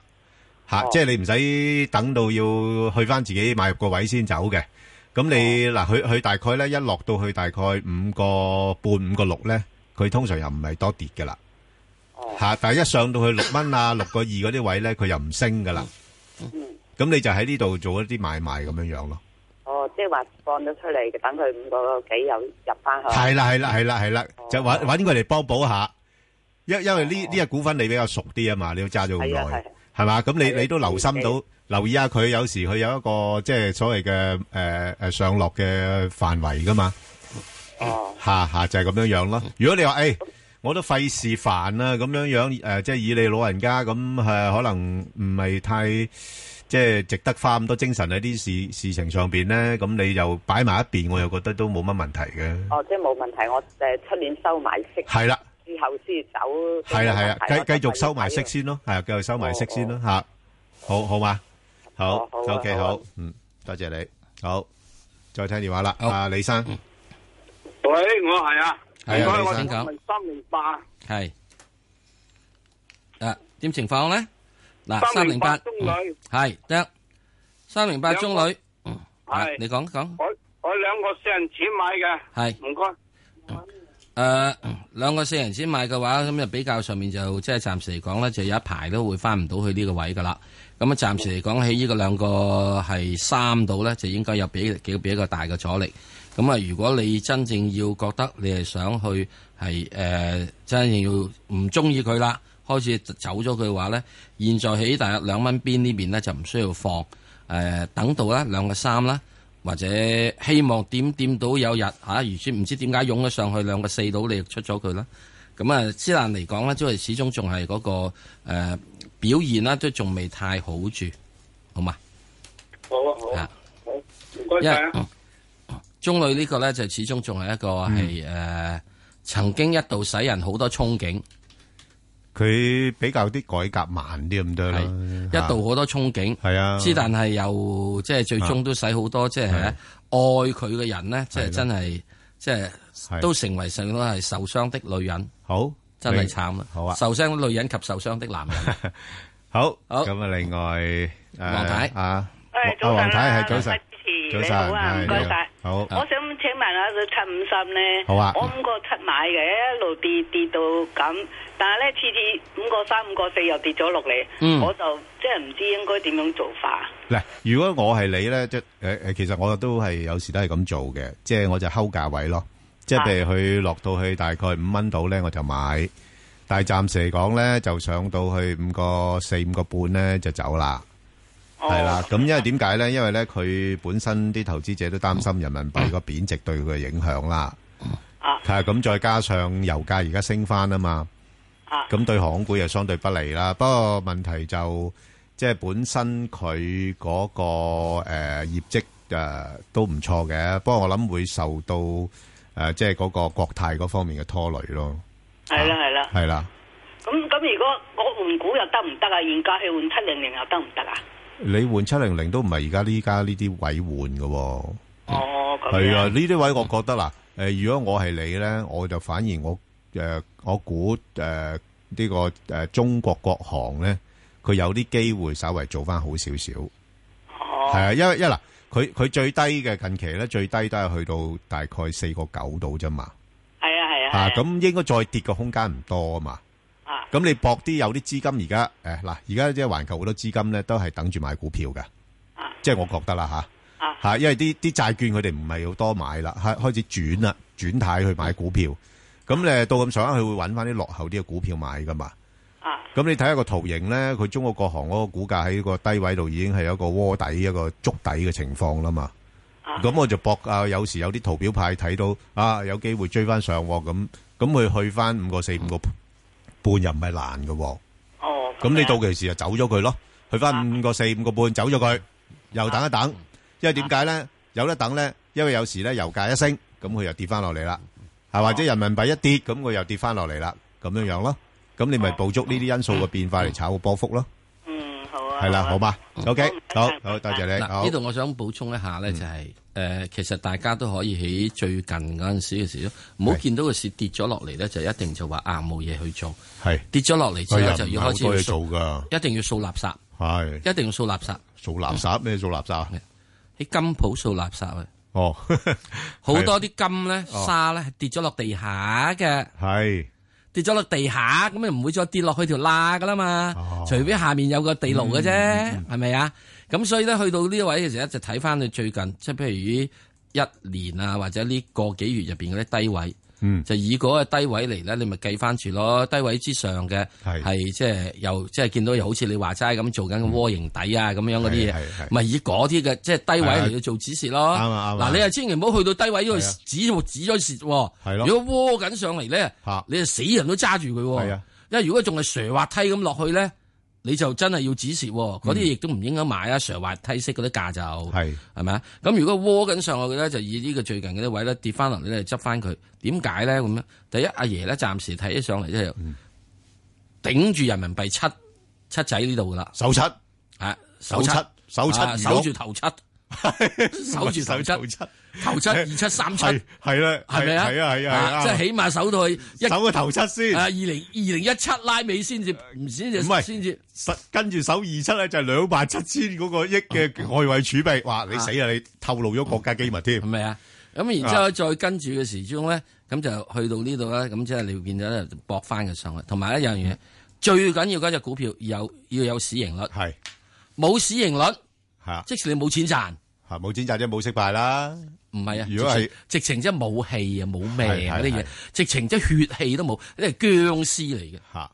[SPEAKER 1] 嚇，
[SPEAKER 4] 哦
[SPEAKER 1] 即係你唔使等到要去翻自己買入個位先走嘅。咁
[SPEAKER 4] 哦
[SPEAKER 1] 你嗱，佢佢大概咧一落到去大概五個半五個六咧，佢通常又唔係多跌嘅啦。
[SPEAKER 4] 哦，
[SPEAKER 1] 吓，但系一上到去六蚊啊、 六個二嗰啲位咧，佢又唔升噶啦。
[SPEAKER 4] 嗯。
[SPEAKER 1] 咁你就喺呢度做一啲買賣咁樣樣咯。
[SPEAKER 4] 哦，即係話放咗出嚟，等佢五個幾又入翻去。
[SPEAKER 1] 係啦，係啦，係啦，係啦
[SPEAKER 4] 哦，
[SPEAKER 1] 就揾揾佢嚟幫補下。因因為呢
[SPEAKER 4] 哦
[SPEAKER 1] 呢只股份你比較熟啲啊嘛，你要揸咗
[SPEAKER 4] 係
[SPEAKER 1] 咁
[SPEAKER 4] 啊，係
[SPEAKER 1] 耐
[SPEAKER 4] 啊。
[SPEAKER 1] 係嘛？咁
[SPEAKER 4] 係啊
[SPEAKER 1] 你你都留心到
[SPEAKER 4] 自
[SPEAKER 1] 留意下佢，有時佢有一個即係所謂嘅誒誒上落嘅範圍噶嘛。
[SPEAKER 4] 哦。
[SPEAKER 1] 下下就係咁樣樣咯。如果你話诶、哎我都費事煩啦，咁樣樣诶、呃即係以你老人家咁诶、呃可能唔係太即係值得花咁多精神喺啲事事情上边咧，咁你就擺埋一邊，我又覺得都冇乜問題嘅。
[SPEAKER 4] 哦，即係冇問題，我誒出年收埋息
[SPEAKER 1] 係啦，
[SPEAKER 4] 之後先走。
[SPEAKER 1] 係啦，係啦，
[SPEAKER 4] 冇問題
[SPEAKER 1] 繼继续收埋息。先咯，係啊，继续收埋息先咯，吓、好好嘛，好
[SPEAKER 4] 哦好啊
[SPEAKER 1] o k
[SPEAKER 4] 好啊
[SPEAKER 1] 好，嗯，多謝你，好，再聽電話啦，
[SPEAKER 2] 好
[SPEAKER 1] 阿李生，
[SPEAKER 5] 喂，我係啊，
[SPEAKER 2] 係啊
[SPEAKER 5] 唔該
[SPEAKER 2] 李
[SPEAKER 5] 我
[SPEAKER 2] 生
[SPEAKER 5] 想問三零八，
[SPEAKER 2] 系啊，点情況咧？嗱，啊三零八嗯
[SPEAKER 5] 308中旅
[SPEAKER 2] 系得三零八中旅，嗯啊
[SPEAKER 5] 係
[SPEAKER 2] 你講講
[SPEAKER 5] 我我兩個四人錢買嘅，
[SPEAKER 2] 係
[SPEAKER 5] 唔該。
[SPEAKER 2] 诶，兩個呃四人先買嘅話，咁就比較上面就即係暫時嚟講咧，就有一排都會翻唔到去呢個位噶啦。咁啊，暫時嚟講喺呢個兩個係三度咧，就應該有比幾比一個大嘅阻力。咁啊，如果你真正要覺得你係想去係誒、呃真正要唔中意佢啦，開始走咗佢嘅話咧，現在喺大約兩蚊邊呢邊咧就唔需要放誒、呃等到啦兩個三啦。或者希望點點到有日嚇，啊如知唔知點解湧咗上去兩個四到，你就出咗佢啦。咁啊，之蘭嚟講咧，即係始終仲係嗰個、呃、表現啦，都仲未太好住，好嘛？
[SPEAKER 5] 好啊，好
[SPEAKER 2] 啊
[SPEAKER 5] 啊，好，唔該
[SPEAKER 2] 因
[SPEAKER 5] 晒
[SPEAKER 2] 為嗯
[SPEAKER 5] 啊。
[SPEAKER 2] 中旅呢個咧就始終仲係一個係誒、
[SPEAKER 1] 嗯
[SPEAKER 2] 呃曾經一度使人好多憧憬，
[SPEAKER 1] 佢比較啲改革慢啲咁多啦，
[SPEAKER 2] 係一度好多憧憬。
[SPEAKER 1] 係啊，
[SPEAKER 2] 之但係又即係最終都使好多即係
[SPEAKER 1] 係
[SPEAKER 2] 愛佢嘅人咧，即
[SPEAKER 1] 係
[SPEAKER 2] 係
[SPEAKER 1] 咯
[SPEAKER 2] 真係即係
[SPEAKER 1] 係
[SPEAKER 2] 都成為上都係受傷的女人。
[SPEAKER 1] 好，
[SPEAKER 2] 真
[SPEAKER 1] 明
[SPEAKER 2] 係慘啦！
[SPEAKER 1] 好啊
[SPEAKER 2] 受傷的女人及受傷的男人，
[SPEAKER 1] 好，
[SPEAKER 2] 好。
[SPEAKER 1] 咁啊，另外，
[SPEAKER 2] 黃太。
[SPEAKER 1] 誒，啊，
[SPEAKER 6] 誒，
[SPEAKER 1] 啊，
[SPEAKER 6] 早晨
[SPEAKER 1] 黃太，
[SPEAKER 6] 啊，
[SPEAKER 1] 係，早晨。
[SPEAKER 6] 兩位主持
[SPEAKER 1] 早
[SPEAKER 6] 你
[SPEAKER 1] 晨，
[SPEAKER 6] 好啊，
[SPEAKER 1] 係，
[SPEAKER 6] 唔該晒。
[SPEAKER 1] 好，
[SPEAKER 6] 我想請問下佢七五三咧，
[SPEAKER 1] 好啊
[SPEAKER 6] 我五個七買嘅，一路跌跌到咁，但係咧次次五個三、五個四又跌咗落嚟，
[SPEAKER 2] 嗯
[SPEAKER 6] 我就即係唔知應該點樣做法。
[SPEAKER 1] 嗱，如果我係你呢，即係，誒，誒，其實我都係有時都係咁做嘅，即係我就睺價位咯，即係
[SPEAKER 6] 啊。
[SPEAKER 1] 譬如佢落到去大概5蚊度呢，我就買，但係暫時嚟講呢，就上到去5.4 5.5呢，就走啦。係啦，咁因為點解呢？因為呢，佢本身啲投資者都擔心人民幣個貶值對佢嘅影響啦。
[SPEAKER 6] 啊
[SPEAKER 1] 係咁再加上油價而家升翻啊嘛，
[SPEAKER 6] 啊
[SPEAKER 1] 咁對航空股又相對不利啦。不過問題就即係本身佢嗰、個誒、呃、業績誒、呃都唔錯嘅，不過我諗會受到誒、呃即係嗰個國泰嗰方面嘅拖累咯。
[SPEAKER 6] 系啦係啦。
[SPEAKER 1] 係啦，
[SPEAKER 6] 咁咁如果我換股又得唔得啊？現價去換七零零又得唔得啊？
[SPEAKER 1] 你換七零零都唔係而家呢家呢啲位換嘅喎。
[SPEAKER 6] 哦，咁
[SPEAKER 1] 係啊，
[SPEAKER 6] 樣
[SPEAKER 1] 呢啲位我覺得嗱，誒、如果我係你咧，我就反而我誒、我估誒呢、個誒、中國國航咧，佢有啲機會稍微做翻好少少，係
[SPEAKER 6] 哦，
[SPEAKER 1] 啊，因為因為嗱，佢佢最低嘅近期咧，最低都係去到大概四個九度啫嘛，
[SPEAKER 6] 係啊係啊，係
[SPEAKER 1] 啊，
[SPEAKER 6] 啊
[SPEAKER 1] 咁應該再跌嘅空間唔多啊嘛，
[SPEAKER 6] 啊
[SPEAKER 1] 咁你搏啲有啲資金而家誒嗱，而家即係環球好多資金咧都係等住買股票嘅
[SPEAKER 6] 啊，
[SPEAKER 1] 即係我覺得啦嚇。
[SPEAKER 6] 啊
[SPEAKER 1] 吓，因為啲啲債券佢哋唔係好多買啦，開開始轉啦，轉態去買股票。咁咧到咁上下，佢會揾翻啲落後啲嘅股票買噶嘛。
[SPEAKER 6] 啊
[SPEAKER 1] 咁你睇下個圖形咧，佢中國國航嗰個股價喺個低位度已經係有一個窩底、一個築底嘅情況啦嘛。
[SPEAKER 6] 啊
[SPEAKER 1] 咁我就搏啊，有時有啲圖表派睇到啊，有機會追翻上喎咁，咁佢去翻五個四、五個半又唔係難嘅喎。
[SPEAKER 6] 哦，
[SPEAKER 1] 咁你
[SPEAKER 6] 樣
[SPEAKER 1] 到期時就走咗佢咯，去翻五個四、五個半走咗佢，又等一等，因為點解咧？有得等咧，因為有時咧油價一升，咁佢又跌翻落嚟啦，係或者人民幣一跌，咁佢又跌翻落嚟啦，咁樣樣咯。咁你咪捕捉呢啲因素嘅變化嚟炒個波幅咯，
[SPEAKER 6] 嗯好啊，
[SPEAKER 1] 係啦，
[SPEAKER 6] 啊
[SPEAKER 1] 好？嘛？OK，好
[SPEAKER 6] 好
[SPEAKER 1] 好，多謝你。
[SPEAKER 2] 嗱，
[SPEAKER 1] 好嗯
[SPEAKER 2] 呢，度我想補充一下咧，就係誒，其實大家都可以喺最近嗰陣時嘅時候，唔好
[SPEAKER 1] 係
[SPEAKER 2] 見到個市跌咗落嚟咧，就一定就話啊冇嘢去做，
[SPEAKER 1] 係，
[SPEAKER 2] 跌咗落嚟之
[SPEAKER 1] 佢又
[SPEAKER 2] 後
[SPEAKER 1] 唔
[SPEAKER 2] 就
[SPEAKER 1] 係
[SPEAKER 2] 要
[SPEAKER 1] 好
[SPEAKER 2] 開始
[SPEAKER 1] 多
[SPEAKER 2] 要
[SPEAKER 1] 嘢做
[SPEAKER 2] 掃，
[SPEAKER 1] 㗎，
[SPEAKER 2] 一定要掃垃圾，
[SPEAKER 1] 係
[SPEAKER 2] 一定要掃垃圾，
[SPEAKER 1] 做垃圾咩？做垃圾啊？
[SPEAKER 2] 喺金鋪掃垃圾啊！
[SPEAKER 1] 哦，
[SPEAKER 2] 好多啲金咧
[SPEAKER 1] 哦
[SPEAKER 2] 沙咧係跌咗落地下嘅，
[SPEAKER 1] 係
[SPEAKER 2] 跌咗落地下咁你唔會再跌落去條罅噶啦
[SPEAKER 1] 哦嗯
[SPEAKER 2] 嘛，除非下面有個地牢嘅啫，係咪啊？咁所以咧去到呢位嘅時候，就睇翻你最近，即係譬如一年啊，或者呢個幾月入邊嗰啲低位，
[SPEAKER 1] 嗯
[SPEAKER 2] 就以嗰個低位嚟咧，你咪計翻住咯。低位之上嘅
[SPEAKER 1] 係
[SPEAKER 2] 係即係又即係見到又好似你話齋咁做緊個窩形底啊咁樣嗰啲
[SPEAKER 1] 係
[SPEAKER 2] 嘢
[SPEAKER 1] 係係，
[SPEAKER 2] 咪以嗰啲嘅即係低位
[SPEAKER 1] 係啊
[SPEAKER 2] 嚟到做指示咯。
[SPEAKER 1] 啱啊啱啊
[SPEAKER 2] 嗱，你又千祈唔好去到低位嗰度
[SPEAKER 1] 係啊
[SPEAKER 2] 指指咗蝕喎。
[SPEAKER 1] 係咯
[SPEAKER 2] 如果窩緊上嚟咧
[SPEAKER 1] 嚇，
[SPEAKER 2] 你就死人都揸住佢喎。
[SPEAKER 1] 係啊
[SPEAKER 2] 因為如果仲係斜滑梯咁落去咧，你就真係要止蝕喎。嗰啲亦都唔應該買啊，斜滑梯式嗰啲價就
[SPEAKER 1] 嗯係
[SPEAKER 2] 係咪啊？咁如果窩緊上去咧，就以呢個最近嗰啲位咧跌翻落嚟咧，執翻佢。點解咧咁樣？第一，阿爺咧暫時睇起上嚟即係
[SPEAKER 1] 嗯
[SPEAKER 2] 頂住人民幣七七仔呢度噶啦，
[SPEAKER 1] 手七，
[SPEAKER 2] 啊
[SPEAKER 1] 手七，手七
[SPEAKER 2] 啊
[SPEAKER 1] 如
[SPEAKER 2] 守
[SPEAKER 1] 玉
[SPEAKER 2] 住頭七，守住頭
[SPEAKER 1] 手
[SPEAKER 2] 七，頭七二七三 七，
[SPEAKER 1] 係係啦，
[SPEAKER 2] 係咪啊？
[SPEAKER 1] 係啊係啊係啊，
[SPEAKER 2] 即係起碼守到去一
[SPEAKER 1] 手個頭七先
[SPEAKER 2] 啊！二零二零一七拉尾先至，唔先至
[SPEAKER 1] 唔係
[SPEAKER 2] 先至
[SPEAKER 1] 實跟住手二七咧就係兩萬七千嗰個億嘅外匯儲備，哇！你死啦！你透露咗國家機密添
[SPEAKER 2] 係，咪啊？咁然之後再跟住嘅時鐘咧，咁就去到呢度啦。咁即係你會見到咧，就搏翻嘅上去。同埋一樣
[SPEAKER 1] 嗯
[SPEAKER 2] 嘢，最緊要嗰只股票有要有市盈率，
[SPEAKER 1] 係
[SPEAKER 2] 冇市盈率，
[SPEAKER 1] 係啊，
[SPEAKER 2] 即使你冇錢賺，
[SPEAKER 1] 係冇錢賺啫，冇息派啦，
[SPEAKER 2] 唔係啊？
[SPEAKER 1] 如果係
[SPEAKER 2] 直情直情即係冇氣啊，冇命啊
[SPEAKER 1] 係係
[SPEAKER 2] 嗰啲嘢
[SPEAKER 1] 係，
[SPEAKER 2] 直情即係血氣都冇，呢係僵屍嚟嘅。
[SPEAKER 1] 嚇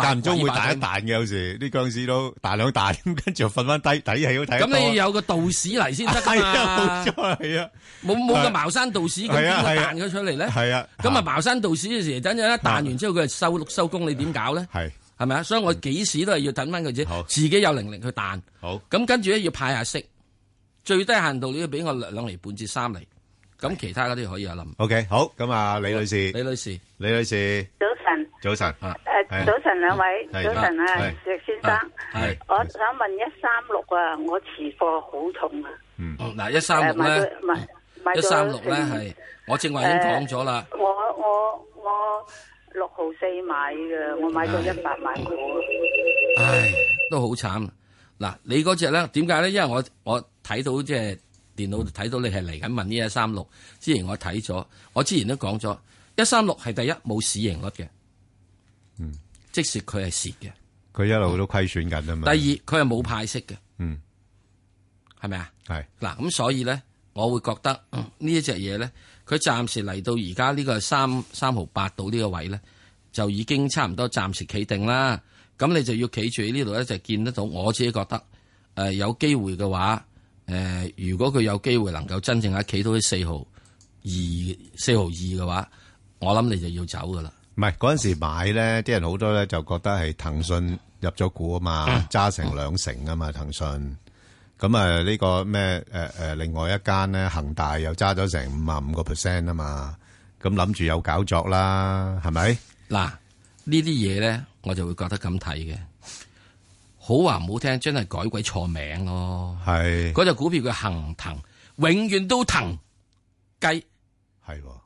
[SPEAKER 1] 間唔中會彈一
[SPEAKER 2] 賣
[SPEAKER 1] 彈嘅，有時啲僵屍都彈兩彈，咁跟住又瞓翻低，底氣都睇得多
[SPEAKER 2] 鬼賣鬼咁你要有個道士嚟先得 㗎
[SPEAKER 1] 係啊，
[SPEAKER 2] 嘛
[SPEAKER 1] 冇。錯係啊，
[SPEAKER 2] 冇冇個茅山道士咁
[SPEAKER 1] 係啊
[SPEAKER 2] 邊個
[SPEAKER 1] 係啊
[SPEAKER 2] 彈咗出嚟咧？
[SPEAKER 1] 係啊
[SPEAKER 2] 咁啊茅山道士嘅時，等陣一彈完之後，佢就收收工，你點搞咧？
[SPEAKER 1] 係
[SPEAKER 2] 係咪啊？所以我幾時都係要等翻佢
[SPEAKER 1] 好
[SPEAKER 2] 啫，自己有能力去彈。
[SPEAKER 1] 好
[SPEAKER 2] 咁跟住咧要派下息，最低限度你要俾我兩兩厘半至三厘。咁其他嗰啲可以有諗。
[SPEAKER 1] OK 好，咁啊李女士，
[SPEAKER 2] 李女士，
[SPEAKER 1] 李女士
[SPEAKER 4] 早晨，
[SPEAKER 1] 早晨，
[SPEAKER 2] 啊
[SPEAKER 7] 呃
[SPEAKER 1] 係
[SPEAKER 4] 誒早晨兩位，
[SPEAKER 1] 係
[SPEAKER 4] 早晨啊
[SPEAKER 1] 係，
[SPEAKER 4] 石先生
[SPEAKER 1] 係，
[SPEAKER 4] 我想問一三六啊，我持貨好重啊，
[SPEAKER 1] 嗯
[SPEAKER 2] 哦嗱一三
[SPEAKER 4] 誒
[SPEAKER 2] 六
[SPEAKER 4] 買
[SPEAKER 2] 咧，
[SPEAKER 7] 呃
[SPEAKER 4] 咗買買咗嗯
[SPEAKER 2] 一三六咧
[SPEAKER 4] 成
[SPEAKER 2] 係我正話已經講咗啦。
[SPEAKER 4] 我我我六號四買嘅，我買咗一百萬股。
[SPEAKER 2] 唉，都好慘。啊嗱，你嗰只咧點解咧？因為我我睇到即係電腦睇到你係嚟緊問呢一三六，之前我睇咗，我之前都講咗，一三六係第一冇市盈率嘅，
[SPEAKER 1] 嗯，
[SPEAKER 2] 即使佢係蝕嘅。
[SPEAKER 1] 佢一路都虧損緊啊
[SPEAKER 2] 第
[SPEAKER 1] 嘛，
[SPEAKER 2] 二，佢係冇派息嘅，
[SPEAKER 1] 嗯
[SPEAKER 2] 係咪啊？
[SPEAKER 1] 係
[SPEAKER 2] 嗱，咁所以咧，我會覺得嗯呢一隻嘢咧，佢暫時嚟到而家呢個三三毫八到呢個位咧，就已經差唔多暫時企定啦。咁你就要企住喺呢度咧，就見得到。我自己覺得，誒、有機會嘅話，誒、如果佢有機會能夠真正喺企到喺四毫二二四毫二嘅話，我諗你就要走噶啦。
[SPEAKER 1] 唔係嗰陣時買咧，啲人好多咧就覺得係騰訊入咗股啊嘛，揸成兩成啊嘛，騰訊。咁啊呢個咩誒誒，另外一間咧恒大又揸咗成五啊五個 percent 啊嘛，咁諗住有搞作啦，係咪？
[SPEAKER 2] 嗱，呢啲嘢咧，我就會覺得咁睇嘅。好話唔好聽，真係改鬼錯名咯。
[SPEAKER 1] 係
[SPEAKER 2] 嗰只股票叫恒騰，永遠都騰雞，
[SPEAKER 1] 係喎，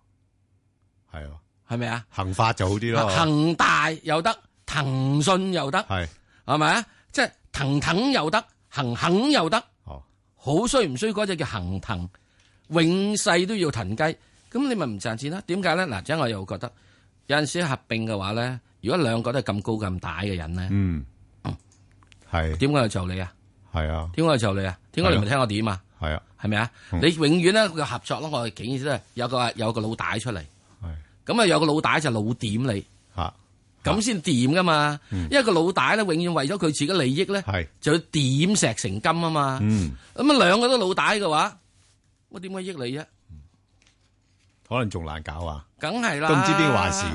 [SPEAKER 1] 係喎，
[SPEAKER 2] 係咪啊？
[SPEAKER 1] 恒發就好啲咯，
[SPEAKER 2] 恒大又得，騰訊又得，
[SPEAKER 1] 係
[SPEAKER 2] 係咪啊？即係騰騰又得，恒恒又得，
[SPEAKER 1] 哦，
[SPEAKER 2] 好衰唔衰？嗰只叫恒騰，永世都要騰雞，咁你咪唔賺錢啦？點解咧？嗱，即係我又覺得有陣時合併嘅話咧，如果兩個都係咁高咁大嘅人咧，
[SPEAKER 1] 嗯，係
[SPEAKER 2] 點解要就你啊？
[SPEAKER 1] 係啊
[SPEAKER 2] 點解要就你啊？點解你唔聽我點啊？
[SPEAKER 1] 係啊
[SPEAKER 2] 係咪啊？
[SPEAKER 1] 嗯
[SPEAKER 2] 你永遠咧個合作咯，我竟然都係有個有個老大出嚟，
[SPEAKER 1] 係
[SPEAKER 2] 咁啊有個老大就老點你，
[SPEAKER 1] 嚇啊
[SPEAKER 2] 咁先掂噶嘛。
[SPEAKER 1] 嗯
[SPEAKER 2] 因為個老大咧永遠為咗佢自己利益咧，
[SPEAKER 1] 係
[SPEAKER 2] 就要點石成金啊嘛。
[SPEAKER 1] 啊嗯，
[SPEAKER 2] 咁啊兩個都老大嘅話，我點解益你啫？
[SPEAKER 1] 可能仲難搞啊，
[SPEAKER 2] 梗係啦，
[SPEAKER 1] 都唔知邊個話事，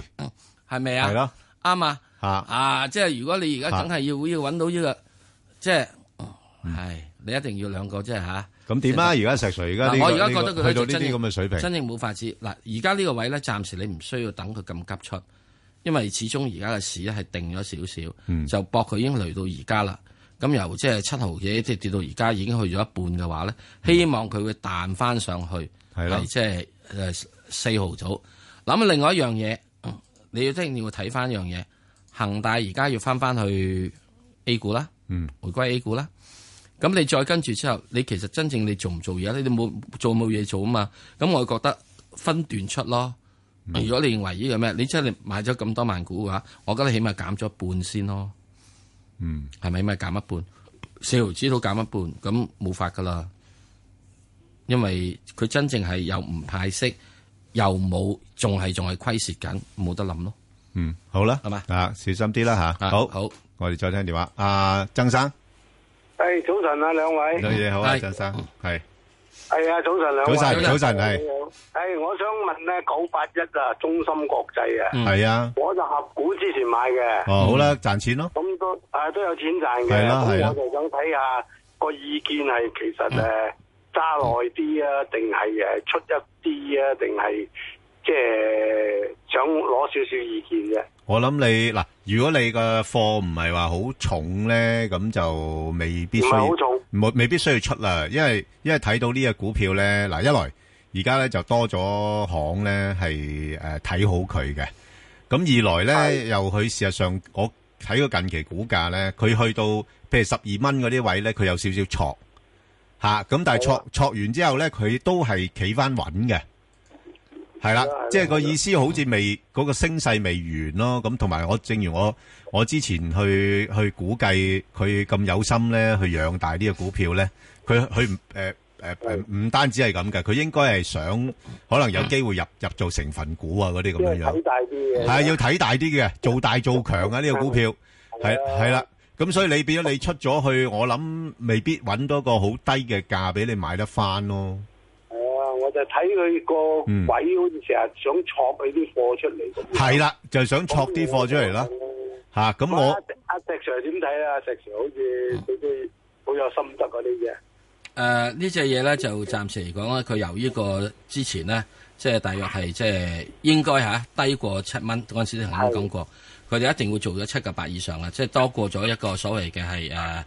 [SPEAKER 2] 係咪啊？
[SPEAKER 1] 係咯
[SPEAKER 2] 啱啊！
[SPEAKER 1] 嚇
[SPEAKER 2] 啊，即係如果你而家梗係要
[SPEAKER 1] 啊
[SPEAKER 2] 要揾到呢個，即係，
[SPEAKER 1] 嗯
[SPEAKER 2] 唉，你一定要兩個即係吓。
[SPEAKER 1] 咁點啊？而家石 Sir 而家呢
[SPEAKER 2] 嗱我而家
[SPEAKER 1] 個
[SPEAKER 2] 覺得
[SPEAKER 1] 呢個
[SPEAKER 2] 佢
[SPEAKER 1] 去到
[SPEAKER 2] 就真
[SPEAKER 1] 呢啲咁嘅水平，
[SPEAKER 2] 真正冇法子。嗱，而家呢個位咧，暫時你唔需要等佢咁急出，因為始終而家嘅市咧係定咗少少，
[SPEAKER 1] 嗯
[SPEAKER 2] 就搏佢已經累到而家啦。咁由即係七毫幾即係跌到而家已經去咗一半嘅話咧，希望佢會彈翻上去，
[SPEAKER 1] 係咯
[SPEAKER 2] 即係誒四毫組。諗另外一樣嘢，嗯你要一定要睇翻一樣嘢，恒大而家要翻翻去 A 股啦，
[SPEAKER 1] 嗯，
[SPEAKER 2] 回歸 A 股啦。咁你再跟住之後，你其實真正你做唔做嘢啊咧？你冇做冇嘢做啊嘛。咁我覺得分段出咯。
[SPEAKER 1] 嗯
[SPEAKER 2] 如果你認為呢個咩，你真係買咗咁多萬股嘅話，我覺得起碼減咗一半先咯。
[SPEAKER 1] 嗯，
[SPEAKER 2] 係咪咪減一半？四毫子都減一半，咁冇法噶啦。因為佢真正係又唔派息，又冇，仲係仲係虧蝕緊，冇得諗咯。
[SPEAKER 1] 嗯，好啦，
[SPEAKER 2] 係嘛
[SPEAKER 1] 啊，小心啲啦吓，
[SPEAKER 2] 啊
[SPEAKER 1] 好，
[SPEAKER 2] 好，
[SPEAKER 1] 我哋再聽電話，阿曾生，
[SPEAKER 5] 诶，早晨啊，两位
[SPEAKER 1] 有嘢好啊，
[SPEAKER 2] 係
[SPEAKER 1] 曾生，係
[SPEAKER 5] 系啊，早晨两
[SPEAKER 1] 早
[SPEAKER 5] 位。
[SPEAKER 1] 晨，早
[SPEAKER 2] 嗯早晨
[SPEAKER 1] 晨係
[SPEAKER 5] 系，哎我想问咧，九八一啊，中芯国际啊，
[SPEAKER 2] 嗯
[SPEAKER 1] 係啊，
[SPEAKER 5] 我就合股之前买嘅，
[SPEAKER 1] 哦，好啦，賺錢咯，
[SPEAKER 5] 咁都啊都有钱赚嘅，
[SPEAKER 1] 係啦係
[SPEAKER 5] 咁
[SPEAKER 1] 啦嗯
[SPEAKER 5] 我就想睇下个意见系其实诶揸耐啲啊，定系诶出一啲啊，定系即系想攞少少意见啫。
[SPEAKER 1] 我諗你嗱，如果你個貨唔係話好重咧，咁就未必
[SPEAKER 5] 唔
[SPEAKER 1] 需
[SPEAKER 5] 係
[SPEAKER 1] 要
[SPEAKER 5] 好重，
[SPEAKER 1] 冇未必需要出啦，因為因為睇到呢只股票咧，嗱一來而家咧就多咗行咧係誒睇好佢嘅，咁二來咧又佢事實上我睇個近期股價咧，佢去到譬如十二蚊嗰啲位咧，佢有少少挫嚇，咁、但係
[SPEAKER 5] 好啊
[SPEAKER 1] 挫挫完之後咧，佢都係企翻穩嘅。係啦
[SPEAKER 5] 係啦，
[SPEAKER 1] 即係個意思好似未嗰個升勢未完咯，咁同埋我正如我我之前去去估計佢咁有心咧去養大呢個股票咧，佢佢唔誒誒誒唔單止係咁嘅，佢應該係想可能有機會入入做成分股啊嗰啲咁樣樣
[SPEAKER 5] 嗯睇。大啲嘅。
[SPEAKER 1] 係要睇大啲嘅，做 大做強啊！呢、個股票係係啦，咁所以你變咗你出咗去，我諗未必揾到個好低嘅價俾你買得翻咯。
[SPEAKER 5] 係啊，我就睇佢個
[SPEAKER 1] 嗯
[SPEAKER 5] 位好似成日想戳佢啲貨出嚟咁。
[SPEAKER 1] 係啦，就想戳啲貨出嚟啦吓，咁、
[SPEAKER 5] 咁
[SPEAKER 1] 我嗯
[SPEAKER 5] 我阿石 Sir 點睇啊？石 Sir 好似佢啲好有心得嗰啲嘢。
[SPEAKER 2] 誒呃呢只嘢咧就暫時嚟講咧，佢由呢個之前咧，即係大約係即係應該嚇、低過七蚊嗰陣時，同我講過，佢哋一定會做咗七個八以上啊嘅，即係多過咗一個所謂嘅係誒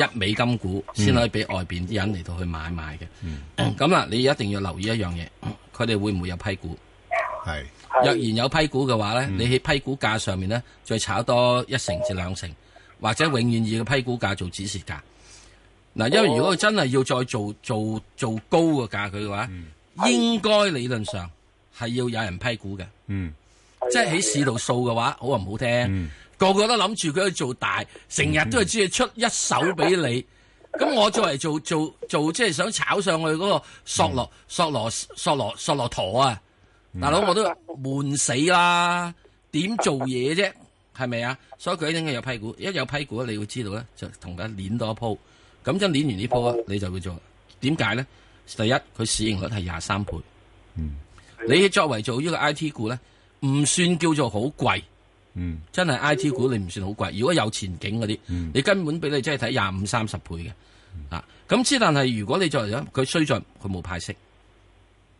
[SPEAKER 2] 誒一美金股先可以俾外邊啲人嚟到去買賣嘅。咁啊啦、你一定要留意一樣嘢，佢哋會唔會有批股？
[SPEAKER 1] 係
[SPEAKER 2] 若然有批股嘅話咧，你喺批股價上面咧，再炒多一成至兩成，或者永遠以個批股價做指示價。嗱，因為如果佢真係要再做做做高嘅價佢嘅話，應該理論上係要有人批股嘅，
[SPEAKER 1] 嗯。
[SPEAKER 2] 即係喺市度數嘅話，好話唔好聽
[SPEAKER 1] 嗯，
[SPEAKER 2] 個個都諗住佢去做大，成日都係只係出一手俾你。咁我作為做做做即係想炒上去嗰個索羅
[SPEAKER 1] 嗯
[SPEAKER 2] 索羅索羅索羅陀啊！大佬我都悶死啦，點做嘢啫？係咪啊？所以佢一定係有批股，一有批股你會知道咧，就同佢攣多一鋪。咁一
[SPEAKER 1] 哦
[SPEAKER 2] 攣完呢鋪啊，你就會做。點解咧？第一，佢市盈率係廿三倍。
[SPEAKER 1] 嗯。
[SPEAKER 2] 你作為做呢個 I T 股咧，唔算叫做好貴，
[SPEAKER 1] 嗯
[SPEAKER 2] 真係 I T 股你唔算好貴。如果有前景嗰啲，
[SPEAKER 1] 嗯
[SPEAKER 2] 你根本俾你真係睇廿五三十倍嘅啊。咁之但係如果你作為咗佢衰盡，佢冇派息，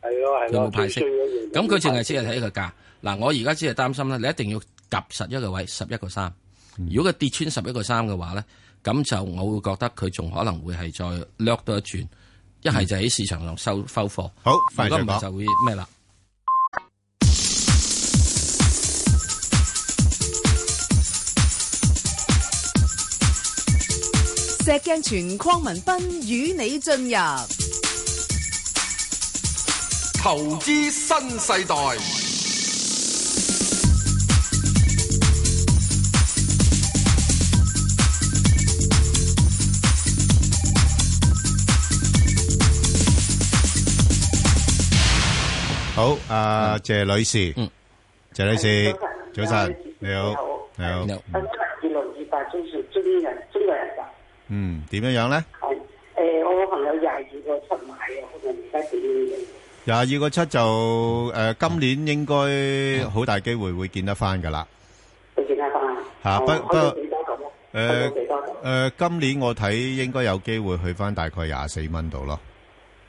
[SPEAKER 5] 係咯係
[SPEAKER 2] 佢
[SPEAKER 5] 咯，
[SPEAKER 2] 冇派息，
[SPEAKER 5] 最衰嗰樣嘢
[SPEAKER 2] 咁佢淨係只係睇個價。嗱，我而家只係擔心咧，你一定要及實一個位十一個三。
[SPEAKER 1] 嗯
[SPEAKER 2] 如果佢跌穿十一個三嘅話咧，咁就我會覺得佢仲可能會係再掠多一轉，一係就喺市場上收收貨。
[SPEAKER 1] 嗯好
[SPEAKER 2] 如
[SPEAKER 1] 快
[SPEAKER 2] 果
[SPEAKER 1] 再
[SPEAKER 2] 唔係
[SPEAKER 1] 講
[SPEAKER 2] 就會咩啦？
[SPEAKER 8] 石鏡泉邝文斌與你進入
[SPEAKER 9] 投資新世代，
[SPEAKER 1] 好，阿謝女士，
[SPEAKER 2] 嗯
[SPEAKER 1] 謝女士，早
[SPEAKER 4] 早晨
[SPEAKER 1] 晨，你好
[SPEAKER 4] 你好，
[SPEAKER 1] 你好
[SPEAKER 2] 你好，
[SPEAKER 4] 我二六二八中是中人中國人啊㗎，
[SPEAKER 1] 嗯，點樣樣咧？
[SPEAKER 4] 係誒，我朋友廿二個出買啊，我問而家點樣？
[SPEAKER 1] 廿二個七就誒，今年應該好大機會會見得翻噶啦。
[SPEAKER 4] 你見下翻啊？
[SPEAKER 1] 嚇不
[SPEAKER 4] 我
[SPEAKER 1] 不
[SPEAKER 4] 開咗幾多度啊？開咗幾多度？
[SPEAKER 1] 誒，呃今年我睇應該有機會去翻大概廿四蚊度咯。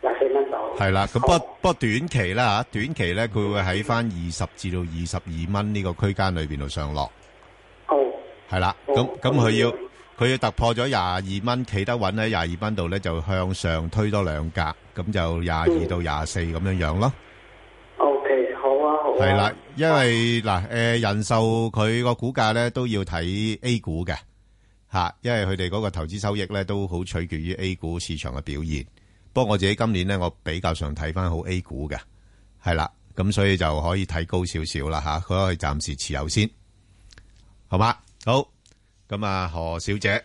[SPEAKER 4] 廿四蚊度。
[SPEAKER 1] 係啦，咁不不過短期啦嚇，短期咧佢會喺翻二十至到二十二蚊呢個區間裏邊度上落。
[SPEAKER 4] 好，
[SPEAKER 1] 係啦，
[SPEAKER 4] 哦
[SPEAKER 1] 咁咁佢要
[SPEAKER 4] 咁樣
[SPEAKER 1] 佢要突破咗廿二蚊，企得穩喺廿二蚊度咧，就向上推多兩格，咁就廿二到廿四咁樣樣咯。
[SPEAKER 4] OK，好啊，好啊。
[SPEAKER 1] 係
[SPEAKER 5] 哦
[SPEAKER 1] 啦，因為嗱，诶，人壽佢個股價咧都要睇 A 股嘅吓，因為佢哋嗰個投資收益咧都好取決於 A 股市場嘅表現。不過我自己今年咧，我比較上睇翻好 A 股嘅，係啦，咁所以就可以睇高少少啦吓，可以暫時持有先，好嘛？好，咁啊，何小姐。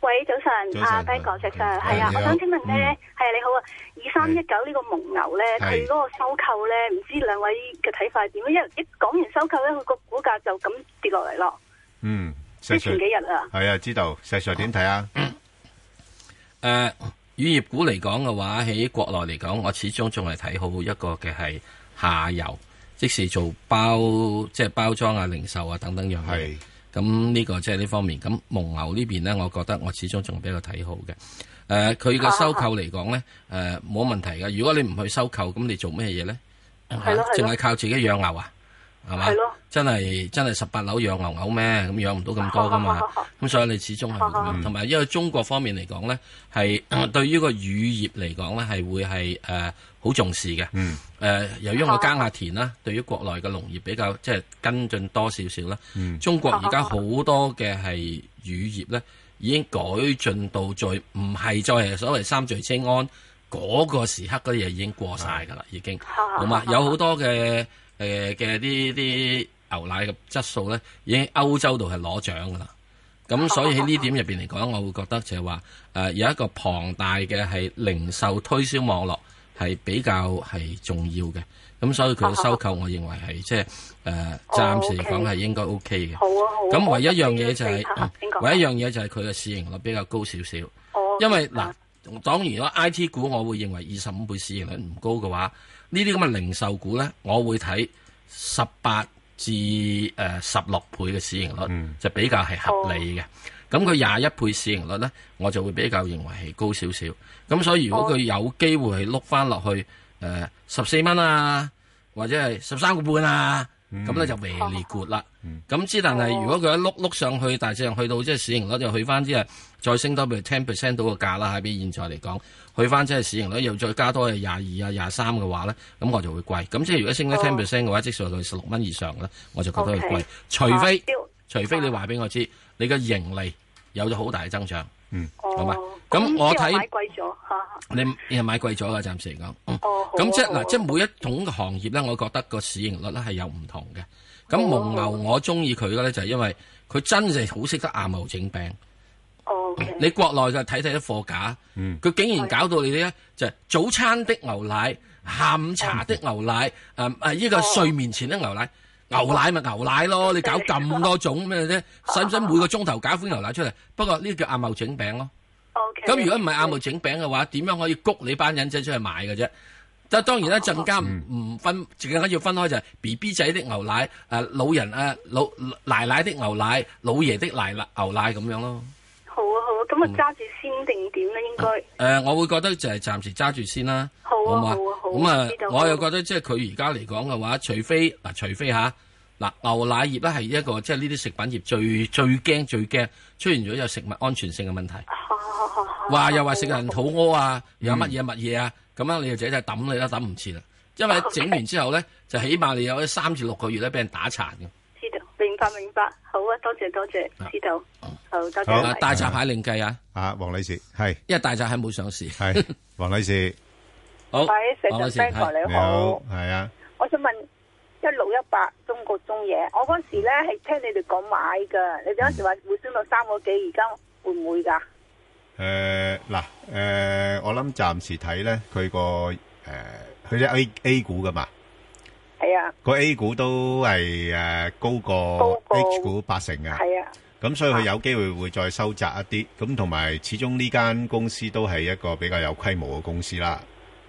[SPEAKER 7] 喂，早晨，
[SPEAKER 1] 早晨
[SPEAKER 7] 阿 Ben 哥，石 Sir，
[SPEAKER 1] 嗯
[SPEAKER 7] 係啊，
[SPEAKER 1] 你好
[SPEAKER 7] 我想請問咧
[SPEAKER 1] 嗯，
[SPEAKER 7] 係你好啊，二三一九呢個蒙牛咧，
[SPEAKER 1] 係
[SPEAKER 7] 佢嗰個收購咧，唔知兩位嘅睇法係點？啊一一講完收購咧，佢個股價就咁跌落嚟咯，
[SPEAKER 1] 嗯，
[SPEAKER 7] 即
[SPEAKER 1] 石
[SPEAKER 7] 係前
[SPEAKER 1] Sir
[SPEAKER 7] 幾日啊，
[SPEAKER 1] 系啊，知道石 Sir 點睇啊？
[SPEAKER 2] 誒，呃乳業股嚟講嘅話，喺國內嚟講，我始終仲係睇好一個嘅係下游，即是做包即係包裝啊、零售啊等等樣嘢。
[SPEAKER 1] 係
[SPEAKER 2] 咁呢個即係呢方面。咁蒙牛呢邊呢，我覺得我始終仲比較睇好嘅。誒、呃佢
[SPEAKER 7] 啊
[SPEAKER 2] 嘅收購嚟講呢，誒、冇問題嘅。如果你唔去收購，咁你做咩嘢呢？啊
[SPEAKER 7] 係咯係咯
[SPEAKER 2] 淨係靠自己養牛啊，係嘛
[SPEAKER 7] 係咯？
[SPEAKER 2] 真係真係十八樓養牛牛咩？咁養唔到咁多噶嘛。咁所以你始終係會咁樣，同埋因為中國方面嚟講咧，係 對於個乳業嚟講咧，係會係誒好重視嘅。
[SPEAKER 1] 嗯
[SPEAKER 2] 誒、由於我耕下田啦，對於國內嘅農業比較即係跟進多少少啦。
[SPEAKER 1] 嗯
[SPEAKER 2] 中國而家好多嘅係乳業咧，已經改進到最唔係再係所謂三聚氰胺嗰個時刻嗰啲嘢已經過晒㗎啦，已經好嘛？有好多嘅誒嘅啲啲牛奶嘅質素咧，已經歐洲度係攞獎㗎啦。 咁所以喺呢點入邊嚟講，我會覺得就係話誒有一個龐大嘅係零售推銷網絡係比較係重要嘅。咁所以佢嘅收 購，我認為係即係誒暫時嚟講係應該 O K 嘅。
[SPEAKER 7] 好啊，好啊。
[SPEAKER 2] 咁唯一一樣嘢就係、嗯
[SPEAKER 7] 邊個
[SPEAKER 2] 唯一一樣嘢就係佢嘅市盈率比較高少少，
[SPEAKER 7] 哦
[SPEAKER 2] 因為嗱，當然如果 I T 股，我會認為二十五倍市盈率唔高嘅話，呢啲咁嘅零售股咧，我會睇十八至誒十六倍嘅市盈率，
[SPEAKER 1] 嗯
[SPEAKER 2] 就比較係合理
[SPEAKER 7] 哦
[SPEAKER 2] 嘅。咁佢廿一倍市盈率咧，我就會比較認為係高少少。咁所以如果佢有機會係碌翻落去誒十四蚊啊，或者係十三個半啊，咁咧、就 very good 啦。咁之但係如果佢一碌碌上去，大致上去到即係市盈率又去翻即係再升多譬如 ten percent 到個價啦，喺比現在嚟講，去翻即係市盈率又再加多係廿二啊廿三嘅話咧，咁我就會貴。咁即係如果升咗 ten percent 嘅話，即使佢十六蚊以上咧，我就覺得佢貴
[SPEAKER 7] OK。
[SPEAKER 2] 除非
[SPEAKER 3] 哦
[SPEAKER 7] 啊標
[SPEAKER 2] 除非你話俾我知，你嘅盈利有咗好大嘅增長，好
[SPEAKER 7] 好
[SPEAKER 2] 嘛咁我睇
[SPEAKER 7] 買貴咗嚇，
[SPEAKER 2] 你你係買貴咗㗎，暫時嚟講。嗯
[SPEAKER 7] 哦，好啊
[SPEAKER 2] 咁即係
[SPEAKER 7] 好啊
[SPEAKER 2] 嗱，即係每一種嘅行業咧，我覺得個市盈率咧係有唔同嘅。咁蒙牛我中意佢嘅咧，就係因為佢真係好識得阿茂整餅。
[SPEAKER 7] ờ, OK，
[SPEAKER 2] 你國內嘅睇睇啲貨架，
[SPEAKER 1] 嗯
[SPEAKER 2] 佢竟然搞到你咧就係早餐的牛奶、下午茶的牛奶、誒誒依個睡眠前的牛奶。牛奶咪牛奶咯，你搞咁多種咩啫？使唔使每個鐘頭搞款牛奶出嚟？不過呢叫阿茂整餅咯。
[SPEAKER 7] OK。
[SPEAKER 2] 咁如果唔係阿茂整餅嘅話，點樣可以谷你班人仔出去買嘅啫？但當然
[SPEAKER 7] 哦
[SPEAKER 2] 啦，陣間唔唔分，更加要分開就係 B B 仔的牛奶，誒老人誒老奶奶的牛奶，老爺的奶奶牛奶咁樣咯。
[SPEAKER 7] 好啊好啊，咁啊揸住先定點咧？應該
[SPEAKER 2] 誒、呃我會覺得就係暫時揸住先啦，
[SPEAKER 7] 好啊好啊
[SPEAKER 2] 嘛
[SPEAKER 7] 好啊
[SPEAKER 2] 咁啊
[SPEAKER 7] 知，道
[SPEAKER 2] 我又覺得即係佢而家嚟講嘅話，除非嗱，除非吓嗱，牛奶業咧係一個即係呢啲食品業最最驚最驚出現咗有食物安全性嘅問題，話又話食人肚屙啊，有乜嘢乜嘢啊，咁樣你個仔就抌你啦，抌唔切啦，因為整完之後咧， 就起碼你有三至六個月咧俾人打殘嘅。
[SPEAKER 7] 知道，明白明白。好啊，多謝多謝，知道。好，多謝
[SPEAKER 1] 好
[SPEAKER 7] 晒
[SPEAKER 2] 啊，大閘蟹另計啊，
[SPEAKER 1] 啊，黃女士，系
[SPEAKER 2] 因為大閘蟹冇上市。
[SPEAKER 1] 系黄女士，
[SPEAKER 2] 好，
[SPEAKER 10] 喂，石
[SPEAKER 2] 好
[SPEAKER 10] 石
[SPEAKER 2] 先係
[SPEAKER 10] friend 哥你
[SPEAKER 1] 你
[SPEAKER 10] 好
[SPEAKER 1] 好，，系啊，
[SPEAKER 10] 我想問一六一八中國中冶，我嗰時咧係聽你哋講買㗎，你哋嗰時話會升到三個幾，而家會唔會㗎？
[SPEAKER 1] 诶呃嗱，诶我諗暫時睇咧，佢個诶佢啲 A A 股噶嘛，
[SPEAKER 10] 係啊，
[SPEAKER 1] 個 A 股都係诶高過 H 股八成嘅，
[SPEAKER 10] 係啊，
[SPEAKER 1] 咁所以佢有機會會再收窄一啲，咁同埋始終呢間公司都係一個比較有規模嘅公司啦，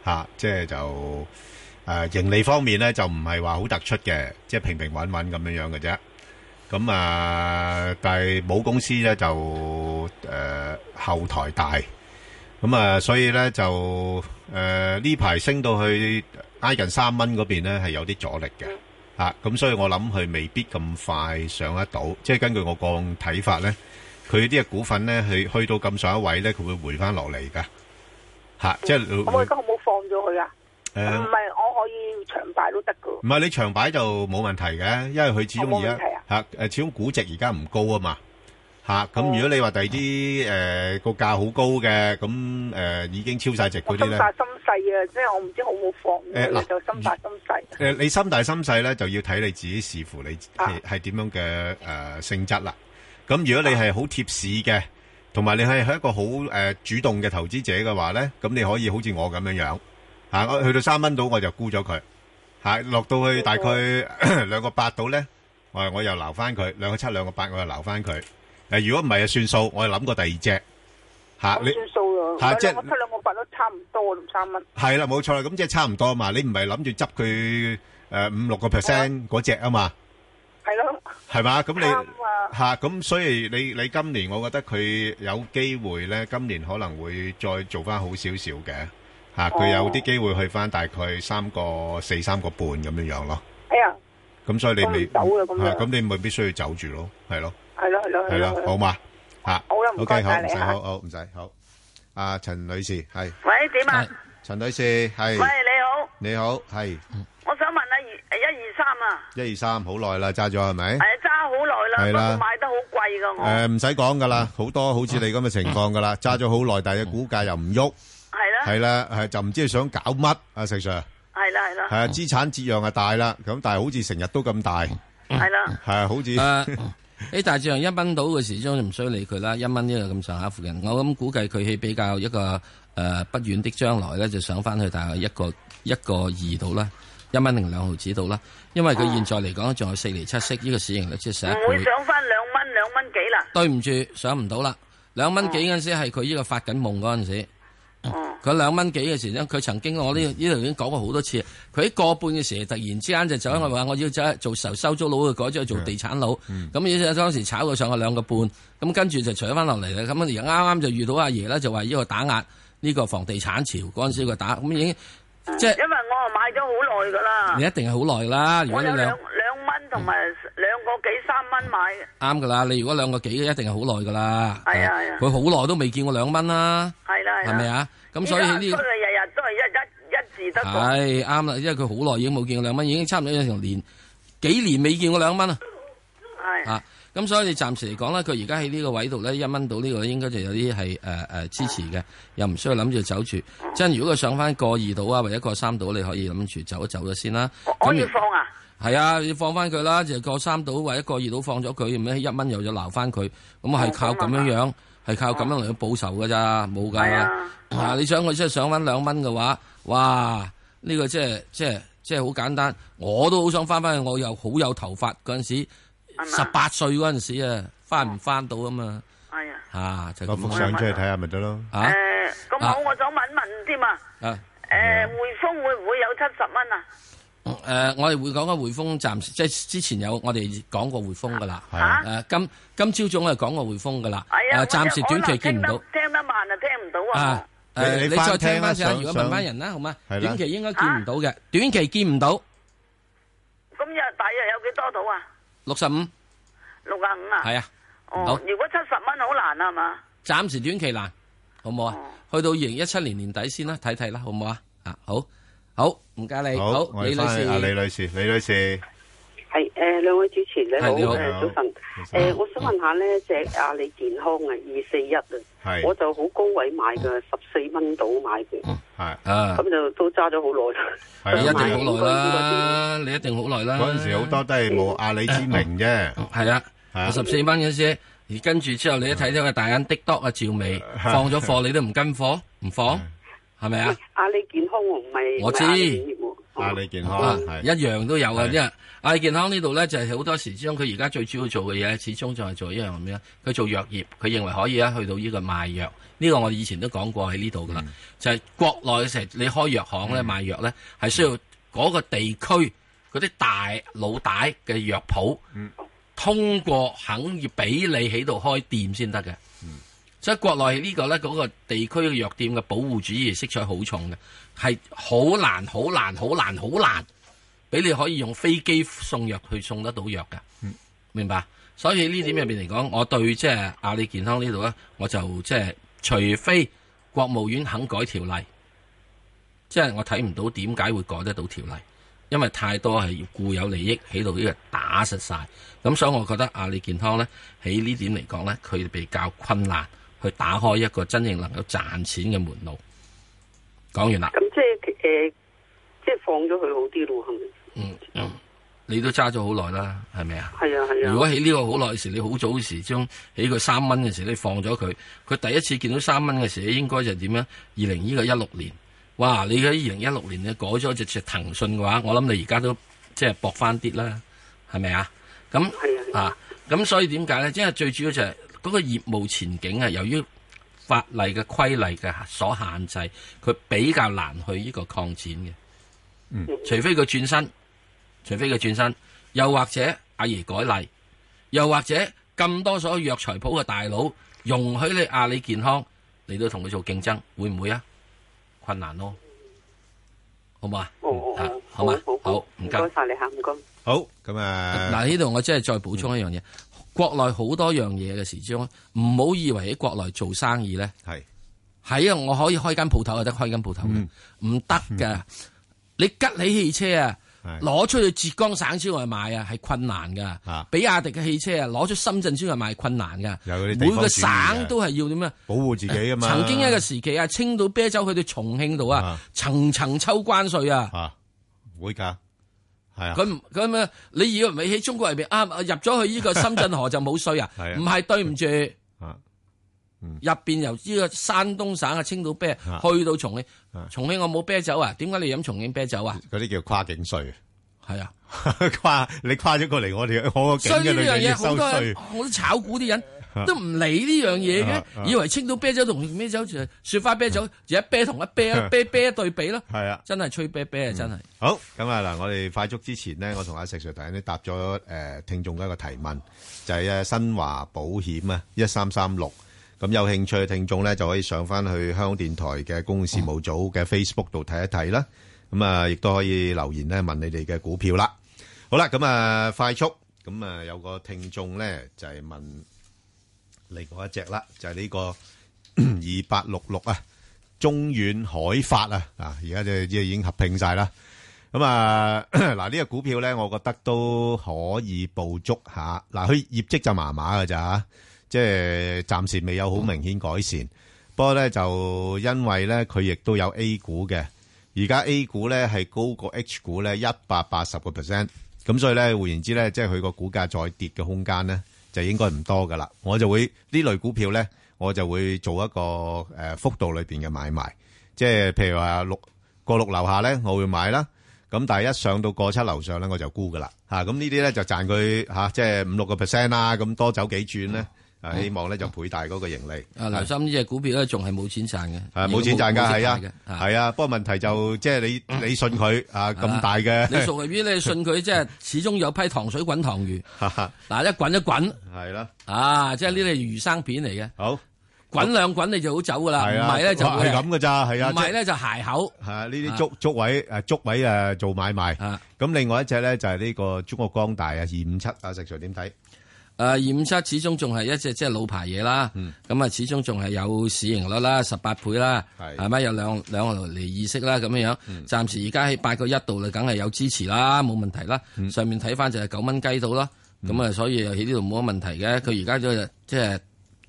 [SPEAKER 1] 嚇、即係就誒、呃盈利方面咧就唔係話好突出嘅，即係平平穩穩咁樣樣嘅啫。咁啊、但係母公司咧就誒、呃、後台大，咁啊、所以咧就誒呢排升到去挨近三蚊嗰邊咧係有啲阻力嘅。啊，咁所以我諗佢未必咁快上得到，即係根據我個睇法咧，佢啲嘅股份咧，去去到咁上一位咧，佢會回翻落嚟噶，吓、即係
[SPEAKER 10] 咁我而家好冇放咗佢啊？
[SPEAKER 1] 嗯誒
[SPEAKER 10] 唔
[SPEAKER 1] 嗯
[SPEAKER 10] 係，我可以長擺都得㗎。
[SPEAKER 1] 唔係你長擺就冇問題嘅，因為佢始終而
[SPEAKER 10] 哦冇問題啊
[SPEAKER 1] 家嚇誒，始終估值而家唔高啊嘛嚇。
[SPEAKER 10] 哦
[SPEAKER 1] 咁如果你話第二啲誒個價好高嘅，咁誒已經超晒值
[SPEAKER 10] 我
[SPEAKER 1] 嗰啲
[SPEAKER 10] 心
[SPEAKER 1] 咧，
[SPEAKER 10] 大心細啊，即係我唔知好冇放
[SPEAKER 1] 誒
[SPEAKER 10] 咗，
[SPEAKER 1] 嗱
[SPEAKER 10] 就心大心細。
[SPEAKER 1] 誒你心大心細咧，就要睇你自己視乎你係係點樣嘅誒性質啦。咁如果你係好貼市嘅，同埋你係一個好誒主動嘅投資者嘅話咧，咁你可以好似我咁樣樣嚇，我去到三蚊度我就沽咗佢。吓落到去大概 兩個八度咧，我我又留翻佢兩個七兩個八，我又留翻佢。誒，如果唔係就算數，我又諗過第二隻吓
[SPEAKER 10] 咁
[SPEAKER 1] 你
[SPEAKER 10] 算數咯，
[SPEAKER 1] 嚇
[SPEAKER 10] 兩
[SPEAKER 1] 即係
[SPEAKER 10] 個七兩個八都差唔多，都唔三蚊。
[SPEAKER 1] 係啦，冇錯啦，咁即係差唔多嘛。你唔係諗住執佢誒五六個 percent 嗰只啊嘛，
[SPEAKER 10] 係咯，
[SPEAKER 1] 係嘛？咁
[SPEAKER 10] 啱
[SPEAKER 1] 你
[SPEAKER 10] 啊，
[SPEAKER 1] 吓咁，所以你你今年我覺得佢有機會咧，今年可能會再做翻好少少嘅吓，佢有啲機會去翻大概三個四三個半咁樣樣咯。
[SPEAKER 10] 哎呀，
[SPEAKER 1] 咁所以你未
[SPEAKER 10] 咁走啦咁樣
[SPEAKER 1] 係咁你咪必須要走住咯，係咯，
[SPEAKER 10] 係咯係咯
[SPEAKER 1] 係啦
[SPEAKER 10] 係，
[SPEAKER 1] 好
[SPEAKER 10] 咯，
[SPEAKER 1] 嘛，吓，
[SPEAKER 10] 好啦唔
[SPEAKER 1] o
[SPEAKER 10] 該
[SPEAKER 1] k 好，
[SPEAKER 10] 晒
[SPEAKER 1] 唔
[SPEAKER 10] 你
[SPEAKER 1] 使，
[SPEAKER 10] 嚇
[SPEAKER 1] 好好，唔使，好。阿陳女士係，
[SPEAKER 11] 喂，点啊？
[SPEAKER 1] 陳女士
[SPEAKER 11] 喂，
[SPEAKER 1] 係，
[SPEAKER 11] 你好，
[SPEAKER 1] 你好，係
[SPEAKER 11] 我想问下二一二三啊，
[SPEAKER 1] 一二三，好耐啦，揸咗係咪
[SPEAKER 11] 诶？揸好耐
[SPEAKER 1] 係啦
[SPEAKER 11] 啦，不过买得好贵噶我，
[SPEAKER 1] 诶，唔使講噶啦，好多好似你咁嘅情況噶啦，揸咗好耐，但係股價又唔喐，
[SPEAKER 11] 系
[SPEAKER 1] 係
[SPEAKER 11] 啦，
[SPEAKER 1] 啦，係就唔知佢想搞乜啊，石 Sir，
[SPEAKER 11] 系啦，系
[SPEAKER 1] 係
[SPEAKER 11] 啦，
[SPEAKER 1] 啊，資產折讓啊大啦，咁但係好似成日都咁大，
[SPEAKER 11] 系啦，
[SPEAKER 1] 係啊好似
[SPEAKER 2] 誒喺大致上一蚊到嘅時鐘就唔需要理佢啦，一蚊呢個咁上下附近，我咁估計佢喺比較一個誒、呃不遠的將來咧，就上翻去大概一個一個二度啦，一蚊零兩毫子度啦，因為
[SPEAKER 10] 啊
[SPEAKER 2] 佢現在嚟講仲有四厘七息，呢、個市盈率即係十
[SPEAKER 11] 唔会
[SPEAKER 2] 一倍。
[SPEAKER 11] 上翻两蚊两蚊几啦，
[SPEAKER 2] 對唔住，上唔到啦，兩
[SPEAKER 11] 嗯
[SPEAKER 2] 蚊幾嗰陣時係佢呢個發緊夢嗰陣時。佢兩蚊幾嘅時咧，佢曾經我呢呢度已經講過好多次，佢喺個半嘅時候突然之間就走去話我要走去做收收租佬，佢改咗去
[SPEAKER 11] 嗯
[SPEAKER 2] 做地產佬。咁於是當時炒佢上去兩個半，咁跟住就除翻落嚟啦。咁啊而啱啱就遇到阿爺咧，就話呢個打壓呢個房地產潮嗰陣時，佢打咁已經即係
[SPEAKER 11] 因为我啊買咗好耐噶啦
[SPEAKER 2] 你，一定係好耐啦。如
[SPEAKER 11] 我
[SPEAKER 2] 果你
[SPEAKER 11] 有
[SPEAKER 2] 兩
[SPEAKER 11] 两两蚊同埋两個幾三蚊買嘅，
[SPEAKER 2] 啱噶啦，你如果兩個幾嘅一定係好耐噶啦。
[SPEAKER 11] 係啊係啊
[SPEAKER 2] 佢好耐都未見過兩蚊啦，
[SPEAKER 11] 係啦，
[SPEAKER 2] 係咪？啊？咁所以
[SPEAKER 11] 呢
[SPEAKER 2] 呢
[SPEAKER 11] 個衰
[SPEAKER 4] dạ,
[SPEAKER 11] 啊日日都係一一一字得個，
[SPEAKER 2] 系啱啦，因為佢好耐已經冇見過兩蚊，已經差唔多有成年幾年未見過兩蚊啦。
[SPEAKER 11] 係
[SPEAKER 2] 啊，咁所以你暫時嚟講咧，佢而家喺呢個位度咧，一蚊到呢個應該就有啲係誒誒支持嘅，又唔需要諗住走住。真如果佢上翻個二度啊，或者個三度，你可以諗住走一走咗先啦。
[SPEAKER 11] 可
[SPEAKER 2] 咁
[SPEAKER 11] 以
[SPEAKER 2] 如
[SPEAKER 11] 放
[SPEAKER 4] à?
[SPEAKER 11] 啊，
[SPEAKER 2] 係啊，要放翻佢啦，就個三度或者個二度放咗佢，咁樣一蚊又要鬧翻佢，咁
[SPEAKER 11] 哦
[SPEAKER 2] 係靠咁樣樣，係靠咁樣嚟去報仇噶咋，冇㗎。
[SPEAKER 11] 啊係啊
[SPEAKER 2] 啊，你想佢即係想揾兩蚊嘅話，哇！呢、個即係即係即係好簡單，我都好想翻翻去，我又好有頭髮嗰陣時，十八歲嗰陣時啊，翻唔翻到啊嘛，
[SPEAKER 11] 係啊，
[SPEAKER 4] à,
[SPEAKER 2] 啊就
[SPEAKER 1] 攞
[SPEAKER 2] 咁
[SPEAKER 1] 幅
[SPEAKER 2] 咯
[SPEAKER 1] 相出去睇下咪得咯，
[SPEAKER 2] 啊
[SPEAKER 11] 誒咁好，我想問一問添啊。
[SPEAKER 2] 啊！
[SPEAKER 11] 诶汇丰會唔會有七十蚊
[SPEAKER 4] à?
[SPEAKER 11] 啊？
[SPEAKER 2] 誒、我哋會講個匯豐暫時，即係之前有我哋講過匯豐噶啦。
[SPEAKER 11] 係啊
[SPEAKER 2] 誒今今朝早我哋講過匯豐噶啦。
[SPEAKER 11] 係啊，
[SPEAKER 2] 誒暫時短期見唔到。
[SPEAKER 11] 聽得慢啊，聽唔到
[SPEAKER 2] 啊
[SPEAKER 11] 啊。！
[SPEAKER 2] 誒，
[SPEAKER 1] 你
[SPEAKER 2] 你
[SPEAKER 1] 翻
[SPEAKER 2] 再聽
[SPEAKER 1] 聽啦
[SPEAKER 2] 翻先，
[SPEAKER 1] 上
[SPEAKER 2] 如果問翻
[SPEAKER 1] 上
[SPEAKER 2] 人啦，好嗎？
[SPEAKER 1] 係啦
[SPEAKER 2] 短期應該見唔到嘅，短期見唔到
[SPEAKER 11] 咁又大約有幾多到啊？
[SPEAKER 2] 六十五，
[SPEAKER 11] 六啊五啊？
[SPEAKER 2] 係啊，好
[SPEAKER 11] 哦，如果七十蚊好難啊係嘛？
[SPEAKER 2] 暫時短期難，好唔好啊？去到二零一七年年底先啦，睇睇啦，好唔好啊？啊，好，好，唔該你，
[SPEAKER 1] 好，
[SPEAKER 2] 好，
[SPEAKER 1] 我哋
[SPEAKER 2] 李女
[SPEAKER 1] 返去啊，
[SPEAKER 2] 士，
[SPEAKER 1] 李女士，李女士，
[SPEAKER 12] 系诶，两位主持你好，
[SPEAKER 1] 係你好
[SPEAKER 12] 誒早晨。诶，我想問下呢只阿里健康啊，二四一啊，
[SPEAKER 1] 係
[SPEAKER 12] 我就好高位買嘅，十四蚊到買嘅，
[SPEAKER 2] 啊
[SPEAKER 12] 咁就都揸咗好耐啦。
[SPEAKER 2] 你一定好耐啦，你一定好耐啦。
[SPEAKER 1] 嗰陣時好多都係冇阿里之名啫。
[SPEAKER 2] 係啊，
[SPEAKER 1] 係啊。
[SPEAKER 2] 十四蚊嗰時，而跟住之後你一睇到個大眼的多啊趙薇放咗貨，你都唔跟貨，唔放，係咪啊？
[SPEAKER 12] 阿里健康我唔係
[SPEAKER 2] 我知
[SPEAKER 12] 唔係阿里健康
[SPEAKER 1] 阿里健
[SPEAKER 2] 啊
[SPEAKER 1] 康
[SPEAKER 2] 一
[SPEAKER 1] 哦係
[SPEAKER 2] 樣都有嘅，
[SPEAKER 1] 係
[SPEAKER 2] 因為阿里健康呢度咧就係好多時之中，佢而家最主要做嘅嘢，始終就係做一樣咁樣，佢做藥業，佢認為可以啊去到呢個賣藥，呢、個我哋以前都講過喺呢度噶
[SPEAKER 1] 嗯
[SPEAKER 2] 啦，就係國內嘅時候你開藥行咧賣藥咧係需
[SPEAKER 1] 嗯
[SPEAKER 2] 要嗰個地區嗰啲大老大嘅藥鋪。
[SPEAKER 1] 嗯
[SPEAKER 2] 通過肯要俾你喺度開店先得嘅。所以國內呢個呢嗰、個地區嘅藥店嘅保護主義色彩好重嘅，係好難、好難、好難、好難，俾你可以用飛機送藥去送得到藥嘅，明白？所以呢點入邊嚟講，我對即係阿里健康呢度呢，我就即係除非國務院肯改條例，即係我睇唔到點解會改得到條例，因為太多係固有利益喺度呢個打實晒。咁所以我覺得阿里健康呢，喺呢點嚟講呢，佢比較困難去打開一個真正能夠賺錢嘅門路。講完啦，
[SPEAKER 12] 咁即係啊诶，即係放咗佢好啲咯，係咪？
[SPEAKER 2] 嗯，嗯你都揸咗好耐啦，係咪啊？
[SPEAKER 12] 係啊係啊。
[SPEAKER 2] 如果喺呢個好耐時，你好早時將喺佢三蚊嘅時，你放咗佢，佢第一次見到三蚊嘅時，應該就點樣？二零呢個一六年，哇！你喺二零一六年你改咗只只騰訊嘅話，我諗你而家都即係搏翻啲啦，係咪啊？咁啊，咁所以點解呢？因為最主要就係嗰個業務前景啊，由於法例嘅規例嘅所限制，佢比較難去呢個擴展嘅。
[SPEAKER 1] 嗯，
[SPEAKER 2] 除非佢轉身，除非佢轉身，又或者阿爺改例，又或者咁多所有藥材鋪嘅大佬容許你阿里健康嚟到同佢做競爭，會唔會啊？困難咯，好唔好啊？啊好嘛，好唔
[SPEAKER 12] 唔
[SPEAKER 2] 該
[SPEAKER 12] 該。晒你吓，唔該。
[SPEAKER 1] 好，咁啊，
[SPEAKER 2] 嗱，呢度我真係再補充一樣嘢，國內好多樣嘢嘅時鐘，唔好以為喺國內做生意咧，
[SPEAKER 1] 係
[SPEAKER 2] 係啊，我可以開間鋪頭就得開間鋪頭嘅，
[SPEAKER 1] 嗯
[SPEAKER 2] 唔得嘅。你吉利汽車啊，攞出去浙江省之外賣啊，係困難噶。比亞迪嘅汽車啊，攞出深圳之外賣困難噶。
[SPEAKER 1] 有啲地
[SPEAKER 2] 每
[SPEAKER 1] 方
[SPEAKER 2] 個
[SPEAKER 1] 主義
[SPEAKER 2] 省
[SPEAKER 1] 嘅
[SPEAKER 2] 都係要點啊？
[SPEAKER 1] 保護自己啊嘛。
[SPEAKER 2] 曾經一個時期啊，青島啤酒去到重慶度啊，層層抽關税啊。
[SPEAKER 1] 會㗎，係啊。
[SPEAKER 2] 佢唔佢咩？你以為咪喺中國入邊啊？入咗去呢個深圳河就冇税啊？
[SPEAKER 1] 係啊
[SPEAKER 2] 唔係對唔住，
[SPEAKER 1] 啊
[SPEAKER 2] 入邊由呢個山東省嘅青島啤
[SPEAKER 1] 啊
[SPEAKER 2] 去到重慶
[SPEAKER 1] 啊，
[SPEAKER 2] 重慶我冇啤酒啊？點解你飲重慶啤 酒啊？
[SPEAKER 1] 嗰啲叫跨境稅。
[SPEAKER 2] 係啊。
[SPEAKER 1] 跨-你跨咗過嚟我哋-我個境
[SPEAKER 2] 所以呢
[SPEAKER 1] 嗰度
[SPEAKER 2] 樣
[SPEAKER 1] 就要
[SPEAKER 2] 嘢好多人
[SPEAKER 1] 收稅。，
[SPEAKER 2] 好多炒股啲 人都唔理呢樣嘢
[SPEAKER 1] 啊啊
[SPEAKER 2] 嘅，以為青島啤酒同咩酒就係雪花啤酒，就一啤同一啤一啤啤對比咯。
[SPEAKER 1] 係啊，
[SPEAKER 2] 真係吹啤啤啊，真係。
[SPEAKER 1] 好，咁啊嗱，我哋快速之前呢，我同阿石 Sir 突然都答咗誒、呃、聽眾嘅一個提問，就係、誒新華保險啊，一三三六。咁有興趣嘅聽眾呢，就可以上翻去香港電台嘅公共事務組嘅 Facebook 度睇一睇啦。咁啊，亦都可以留言呢問你哋嘅股票啦。好啦，咁啊快速，咁啊有個聽眾呢，就係、問另外一隻啦，就係、呢個二八六六啊，中遠海發啊，啊而家就即係已經合併晒啦。咁啊， 嗱呢個股票咧，我覺得都可以捕捉下。嗱，佢業績就麻麻嘅咋，即係暫時未有好明顯改善。不過咧，就因為咧佢亦都有 A 股嘅，而家 A 股咧係高過 H 股咧一百八十個 percent，咁所以咧換言之咧，即係佢個股價再跌嘅空間咧就應該唔多噶啦。我就會呢類股票咧，我就會做一個誒、呃幅度裏邊嘅買賣，即係譬如話六個六樓下咧，我會買啦。咁但係一上到過七樓上咧，啊我就沽噶啦嚇。咁呢啲咧就賺佢嚇，即係五六個 percent 啦。咁多走幾轉咧，啊，希望咧就倍大嗰個盈利。
[SPEAKER 2] 啊，留心呢只股票咧，仲係冇錢賺嘅，
[SPEAKER 1] 係啊冇錢賺㗎，係
[SPEAKER 2] 冇錢
[SPEAKER 1] 啊，係啊。不過問題就即係你你信佢啊咁大嘅，
[SPEAKER 2] 你屬於你信佢，即係始終有批糖水滾糖魚，嗱一滾一滾，
[SPEAKER 1] 係啦，
[SPEAKER 2] 啊，即係呢啲係魚生片嚟嘅。
[SPEAKER 1] 好，
[SPEAKER 2] 滾兩滾你就好走噶啦，
[SPEAKER 1] 係
[SPEAKER 2] 唔
[SPEAKER 1] 啊
[SPEAKER 2] 係咧就會
[SPEAKER 1] 係咁㗎咋係啊
[SPEAKER 2] 唔係咧就鞋口。
[SPEAKER 1] 係啊，呢啊啲捉捉位誒捉位誒做買
[SPEAKER 2] 啊
[SPEAKER 1] 賣。咁另外一隻咧就係呢個中國光大啊，二五七啊，石 Sir 點睇？
[SPEAKER 2] 誒二五七啊始終仲係一隻即係老牌嘢啦，
[SPEAKER 1] 嗯
[SPEAKER 2] 咁啊始終仲係有市盈率啦，十八倍啦，係咪有兩兩厘利息啦咁樣樣？
[SPEAKER 1] 嗯
[SPEAKER 2] 暫時而家喺八個一度啦，梗係有支持啦，冇問題啦。
[SPEAKER 1] 嗯
[SPEAKER 2] 上面睇翻就係九蚊雞度啦，咁啊所以喺呢度冇乜問題嘅。佢而家都係即係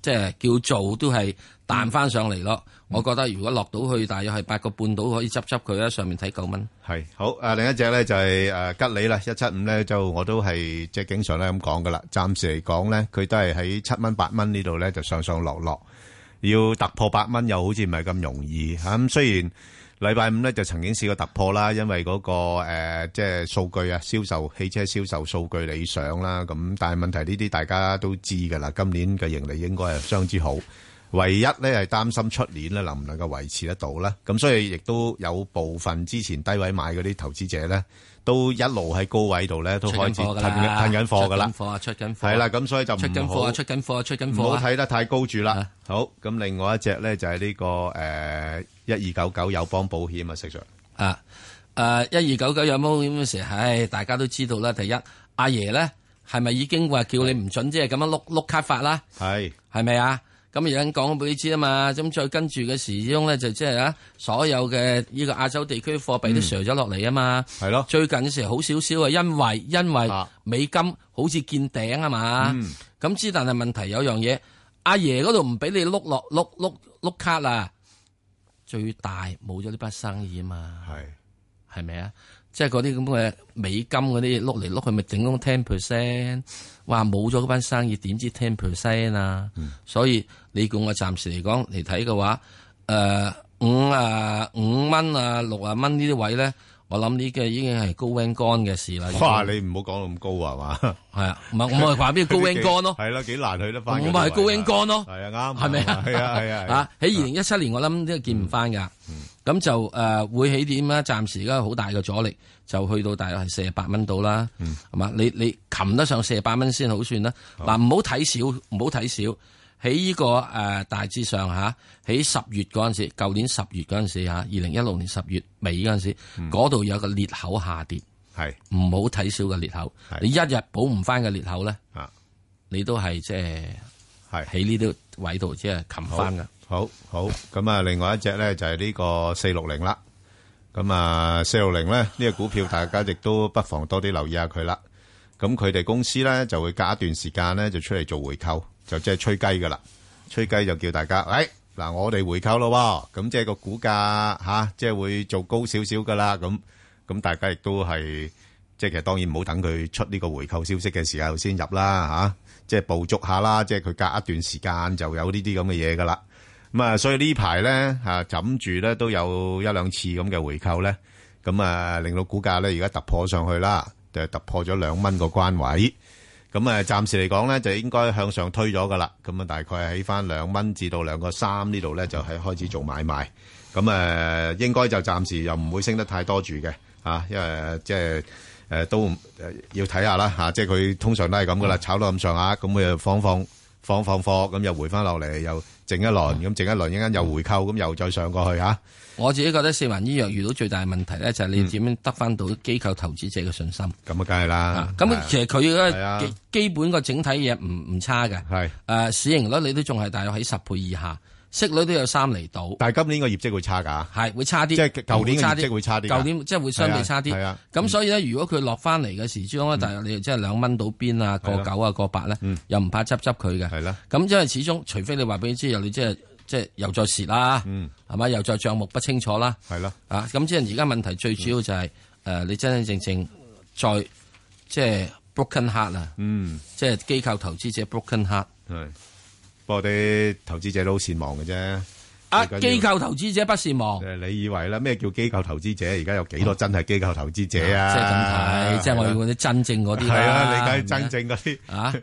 [SPEAKER 2] 即係叫做都係彈翻上嚟咯。
[SPEAKER 1] 嗯
[SPEAKER 2] 我覺得如果落到去大約係八個半度可以執執佢啦，上面睇九蚊。
[SPEAKER 1] 係好啊！另一隻咧就係誒吉利啦，一七五咧就我都係即係經常咧咁講噶啦。暫時嚟講咧，佢都係喺七蚊八蚊呢度咧就上上落落，要突破八蚊又好似唔係咁容易嚇。咁、雖然禮拜五咧就曾經試過突破啦，因為嗰、個、誒即係數據啊，銷售汽車銷售數據理想啦。咁但係問題呢啲大家都知㗎啦，今年嘅盈利應該係相之好。唯一咧係擔心出年咧能唔能夠維持得到啦，咁所以亦都有部分之前低位買嗰啲投資者咧，都一路喺高位度咧都開始
[SPEAKER 2] 出緊貨㗎
[SPEAKER 1] 吞
[SPEAKER 2] 啦
[SPEAKER 1] 緊吞緊貨噶啦，
[SPEAKER 2] 出緊貨啊出緊貨啊
[SPEAKER 1] 係啦，咁所以就唔
[SPEAKER 2] 出緊貨
[SPEAKER 1] 好
[SPEAKER 2] 啊出緊貨啊出緊貨啊
[SPEAKER 1] 唔好睇得太高住啦。好，咁另外一隻咧就係呢個誒一二九九友邦保險啊，石 Sir
[SPEAKER 2] 啊，誒一二九九有冇咁嘅時？唉，大家都知道啦。第一，阿爺咧係咪已經話叫你唔準即係咁樣碌碌卡法啦？
[SPEAKER 1] 係
[SPEAKER 2] 係咪啊？咁而家講俾你知啊嘛，咁再跟住嘅時鐘咧就即係啊，所有嘅呢個亞洲地區貨幣都
[SPEAKER 13] 嗯哦
[SPEAKER 2] 上咗落嚟啊嘛。
[SPEAKER 1] 係咯，
[SPEAKER 2] 最近嘅時候好少少啊，因為因為美金好似見頂啊嘛
[SPEAKER 13] 啊嗯。
[SPEAKER 2] 咁之但係問題有樣嘢，阿爺嗰度唔俾你碌落碌碌碌卡啦。最大冇咗呢筆生意啊嘛，係係咪啊？即係嗰啲咁嘅美金嗰啲碌嚟碌去，咪整咗 ten percent，哇冇咗嗰班生意，點知 ten percent 啊？
[SPEAKER 1] 嗯
[SPEAKER 2] 所以你叫我暫時嚟講嚟睇嘅話，誒五啊五蚊啊六啊蚊呢啲位咧，我諗呢個已經係高 and gone 嘅事啦。
[SPEAKER 1] 哇！你唔好講到咁高啊，係嘛？
[SPEAKER 2] 係啊，唔係我咪話俾你 高 and gone 咯，
[SPEAKER 1] 係啦，幾難去得翻。
[SPEAKER 2] 我咪係高 and gone 咯，
[SPEAKER 1] 啊係啊，啱，
[SPEAKER 2] 係咪啊？
[SPEAKER 1] 係啊，係啊，係啊 嗯
[SPEAKER 2] 啊！喺二零一七年，我諗都見唔翻噶。咁就誒會起點啦，暫時而家好大嘅阻力，就去到大約係四十八蚊度啦，
[SPEAKER 1] 嗯
[SPEAKER 2] 係嘛？你你擒得上四十八蚊先好算啦。嗱，唔好睇少，唔好睇少。喺呢個誒大致上嚇，喺十月嗰陣時，舊年十月嗰陣時嚇，二零一六年十月尾嗰陣時，
[SPEAKER 1] 嗯
[SPEAKER 2] 嗰度有個裂口下跌，
[SPEAKER 1] 係
[SPEAKER 2] 唔好睇少個裂口。你一日補唔翻嘅裂口咧，
[SPEAKER 1] 啊
[SPEAKER 2] 你都係即係喺呢啲位度即係擒翻㗎。
[SPEAKER 1] 好好咁啊，另外一隻咧就係呢個四六零啦。咁啊，四六零咧呢個股票，大家亦都不妨多啲留意下佢啦。咁佢哋公司咧就會隔一段時間咧就出嚟做回購，就即係吹雞噶啦。吹雞就叫大家，誒嗱，我哋回購咯喎，咁即係個股價嚇、即係會做高少少噶啦。咁咁大家亦都係即係其實當然唔好等佢出呢個回購消息嘅時候先入啦嚇、即係捕捉下啦，即係佢隔一段時間就有呢啲咁嘅嘢噶啦。咁啊，所以呢排咧嚇枕住咧都有一兩次咁嘅回購咧，咁啊令到股價咧而家突破上去啦，就突破咗兩蚊個關位。咁啊，暫時嚟講咧就應該向上推咗噶啦。咁啊，大概喺翻兩蚊至到兩個三呢度咧就係開始做買賣。咁啊，應該就暫時又唔會升得太多住嘅啊，因為呃即係。誒、都唔誒要睇下啦嚇、啊即係佢通常都係咁噶啦，炒到咁上下，咁佢又放放放放貨，咁又回翻落嚟，又整一輪，咁整一輪，一間又回購，咁又再上過去嚇。
[SPEAKER 2] 我自己覺得四環醫藥遇到最大嘅問題咧，就係
[SPEAKER 1] 嗯
[SPEAKER 2] 你點樣得翻到機構投資者嘅信心。
[SPEAKER 1] 咁啊，梗係啦。
[SPEAKER 2] 咁其實佢
[SPEAKER 1] 係
[SPEAKER 2] 嘅
[SPEAKER 1] 啊
[SPEAKER 2] 基基本個整體嘢唔唔差嘅。
[SPEAKER 1] 係
[SPEAKER 2] 誒市盈率你都仲係大約喺十倍以下，息率都有三厘度。
[SPEAKER 1] 但係今年個業績會差㗎，
[SPEAKER 2] 係會差啲，
[SPEAKER 1] 即係舊年嘅業績會差啲㗎
[SPEAKER 2] 舊年即係會相對
[SPEAKER 1] 係啊
[SPEAKER 2] 差
[SPEAKER 1] 係嗯
[SPEAKER 2] 啲
[SPEAKER 1] 啊。
[SPEAKER 2] 咁所以咧，如果佢落翻嚟嘅時鐘咧，大約你即係兩蚊到邊啊，個
[SPEAKER 13] 係啦
[SPEAKER 2] 九啊，個八咧，又唔怕執執佢嘅。
[SPEAKER 1] 嗯係啦。
[SPEAKER 2] 咁因為始終，除非你話俾你知，又你即係即係又再蝕啦，
[SPEAKER 1] 嗯
[SPEAKER 2] 係咪？又再帳目不清楚啦。
[SPEAKER 1] 係啦。
[SPEAKER 2] 啊，咁即係而家問題最主要就係誒，你真真正正再即係 broken heart 啊，
[SPEAKER 1] 嗯，
[SPEAKER 2] 即係機構投資者 broken heart。
[SPEAKER 1] 係。不過啲投資者都好善忘嘅啫。
[SPEAKER 2] 啊，
[SPEAKER 1] 最緊要
[SPEAKER 2] 機構投資者不是望。
[SPEAKER 1] 誒，你以為啦？咩叫機構投資者？而家有幾多真係機構投資者啊？
[SPEAKER 2] 即係咁睇，即係我要嗰啲真正嗰啲啦
[SPEAKER 1] 係啊，你梗係真正嗰啲
[SPEAKER 2] 啊。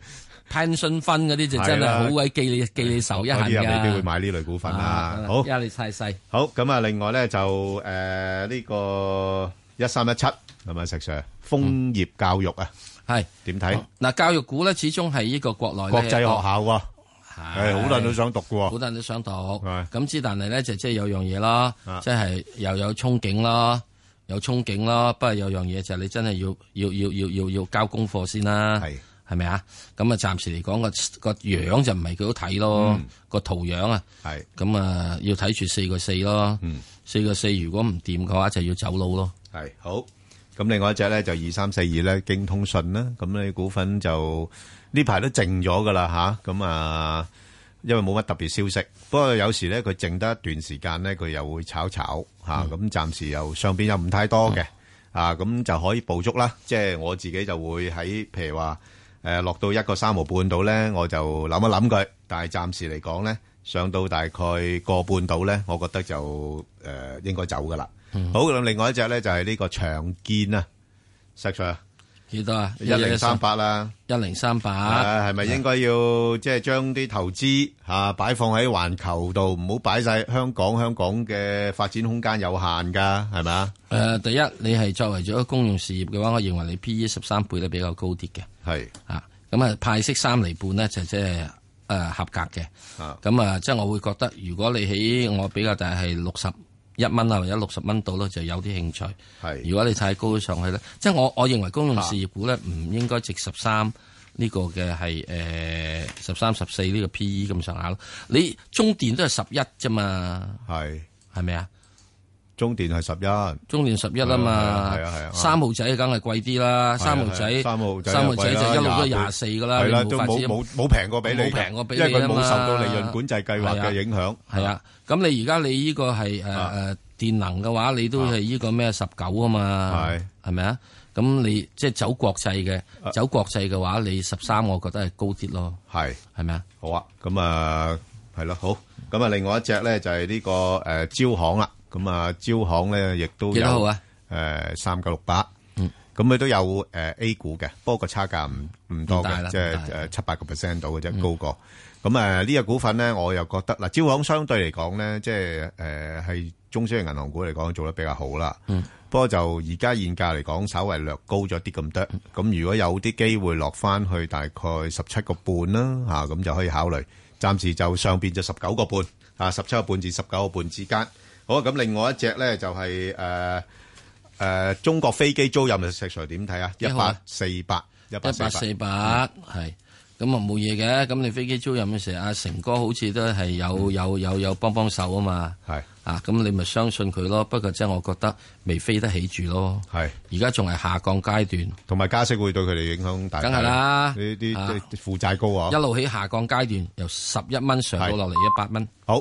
[SPEAKER 2] pension 分嗰啲就真
[SPEAKER 1] 係
[SPEAKER 2] 係
[SPEAKER 1] 啦
[SPEAKER 2] 好鬼記你記你手一
[SPEAKER 1] 嗰
[SPEAKER 2] 下
[SPEAKER 1] 啲人未必會
[SPEAKER 2] 㗎。
[SPEAKER 1] 買呢類股份啦
[SPEAKER 2] 啊。
[SPEAKER 1] 好，
[SPEAKER 2] 壓力太細。
[SPEAKER 1] 好，咁啊，另外咧就诶呢個一三一七係咪石 Sir？楓葉教育啊，
[SPEAKER 2] 係
[SPEAKER 1] 點睇？
[SPEAKER 2] 嗱，教育股咧始終係呢個國內
[SPEAKER 1] 國際學校喎，
[SPEAKER 2] 係
[SPEAKER 1] 誒好多人都想讀嘅喎，
[SPEAKER 2] 哦好多人都想讀。咁之但係咧就即係有樣嘢啦，
[SPEAKER 1] 啊
[SPEAKER 2] 即係又有憧憬啦，有憧憬啦。不過有樣嘢就係你真係要要要要要要交功課先啦。係係咪啊？咁啊，暫時嚟講個個樣就唔係幾好睇咯
[SPEAKER 13] 嗯，
[SPEAKER 2] 個圖樣啊。
[SPEAKER 1] 係
[SPEAKER 2] 咁啊，要睇住四個四咯。
[SPEAKER 1] 嗯
[SPEAKER 2] 四個四如果唔掂嘅話，就要走佬咯。
[SPEAKER 1] 係好。咁另外一隻咧就二三四二咧，京通訊啦，咁呢啲股份就呢排都靜咗噶啦吓，咁啊，因為冇乜特別消息。不過有時咧佢靜得一段時間咧，佢又會炒炒吓，咁、暫時又上邊又唔太多嘅、啊，咁就可以捕捉啦。即係我自己就會喺譬如話誒、落到一個三毫半度咧，我就諗一諗佢，但係暫時嚟講咧，上到大概個半度咧，我覺得就誒、應該走噶啦。好咁，另外一隻咧就係呢個長建啊，石 Sir
[SPEAKER 2] 幾多啊？
[SPEAKER 1] 一零三八啦，
[SPEAKER 2] 一零三
[SPEAKER 1] 啊，
[SPEAKER 2] 八
[SPEAKER 1] 係咪應該要即係將啲投資嚇擺放喺環球度，唔好擺晒香港，香港嘅發展空間有限㗎，係咪啊？
[SPEAKER 2] 誒、第一，你係作為咗一個公用事業嘅話，我認為你 P E 十三倍咧比較高啲嘅。
[SPEAKER 1] 係
[SPEAKER 2] 啊，咁啊派息三厘半咧就即係誒合格嘅。咁啊，即係我會覺得，如果你喺我比較大係六十一蚊啊，或者六十蚊度咧，就有啲興趣。
[SPEAKER 1] 係啊
[SPEAKER 2] 如果你太高上去咧，即係我我認為公用事業股咧唔應該值十三。呢個嘅係誒十三十四呢個 P E 咁上下咯，你中電都係十一啫嘛，
[SPEAKER 1] 係
[SPEAKER 2] 係咪啊？
[SPEAKER 1] 中電係十一，
[SPEAKER 2] 中電十一啊嘛，
[SPEAKER 1] 係啊係啊係啊
[SPEAKER 2] 三號仔梗係貴啲啦，
[SPEAKER 1] 係啊
[SPEAKER 2] 三號仔，
[SPEAKER 1] 係啊三號仔
[SPEAKER 2] 三號仔
[SPEAKER 1] 又貴啦
[SPEAKER 2] 就一路都
[SPEAKER 1] 廿倍
[SPEAKER 2] 廿四噶啦，
[SPEAKER 1] 係啦
[SPEAKER 2] 你
[SPEAKER 1] 都
[SPEAKER 2] 法子
[SPEAKER 1] 冇冇冇平過俾你
[SPEAKER 2] 冇
[SPEAKER 1] 㗎
[SPEAKER 2] 平過俾
[SPEAKER 1] 因為
[SPEAKER 2] 你啊
[SPEAKER 1] 佢冇
[SPEAKER 2] 嘛
[SPEAKER 1] 受到利潤管制計劃嘅影響
[SPEAKER 2] 係啊，咁你而家你呢個係誒誒電能嘅話，你都係呢個咩十九啊嘛，係啊係咪啊？咁你即係走國際嘅，走國際嘅話，你十三我覺得係高啲咯，
[SPEAKER 1] 係
[SPEAKER 2] 係咪啊？
[SPEAKER 1] 好啊，咁啊係咯，好。咁啊，另外一隻咧就係呢個誒招行啦。咁啊，招行咧亦都
[SPEAKER 2] 幾
[SPEAKER 1] 有
[SPEAKER 2] 多號啊？嗯
[SPEAKER 1] 誒三九六八。咁佢都有誒 A 股嘅，不過個差價唔唔多
[SPEAKER 2] 唔大
[SPEAKER 1] 嘅，
[SPEAKER 2] 啦
[SPEAKER 1] 即
[SPEAKER 2] 唔
[SPEAKER 1] 係誒七八個 percent 到嘅啫，高過。咁誒呢個股份咧，我又覺得嗱，招行相對嚟講咧，即係誒係中小型銀行股嚟講做得比較好啦。
[SPEAKER 2] 嗯
[SPEAKER 1] 不過就而家現價嚟講，稍微略高咗啲咁多。咁如果有啲機會落翻去大概十七個半啦，嚇、咁就可以考慮。暫時就上邊就十九個半，啊十七個半至十九個半之間。好，咁另外一隻咧就係誒誒中國飛機租賃嘅石 Sir 點睇啊？一
[SPEAKER 2] 幾好
[SPEAKER 1] 八
[SPEAKER 2] 啊
[SPEAKER 1] 四八，一
[SPEAKER 2] 一八四八係咁啊冇嘢嘅，咁你飛機租賃嘅時候，阿成哥好似都係有有有有幫幫手啊嘛，
[SPEAKER 1] 係
[SPEAKER 2] 啊咁你咪相信佢咯。不過即係我覺得未飛得起住咯，
[SPEAKER 1] 係
[SPEAKER 2] 而家仲係下降階段，
[SPEAKER 1] 同埋加息會對佢哋影響大。
[SPEAKER 2] 梗係啦
[SPEAKER 1] 呢啲
[SPEAKER 2] 啊
[SPEAKER 1] 負債高啊，
[SPEAKER 2] 一路喺下降階段，由十一蚊上到落嚟一百蚊。
[SPEAKER 1] 好，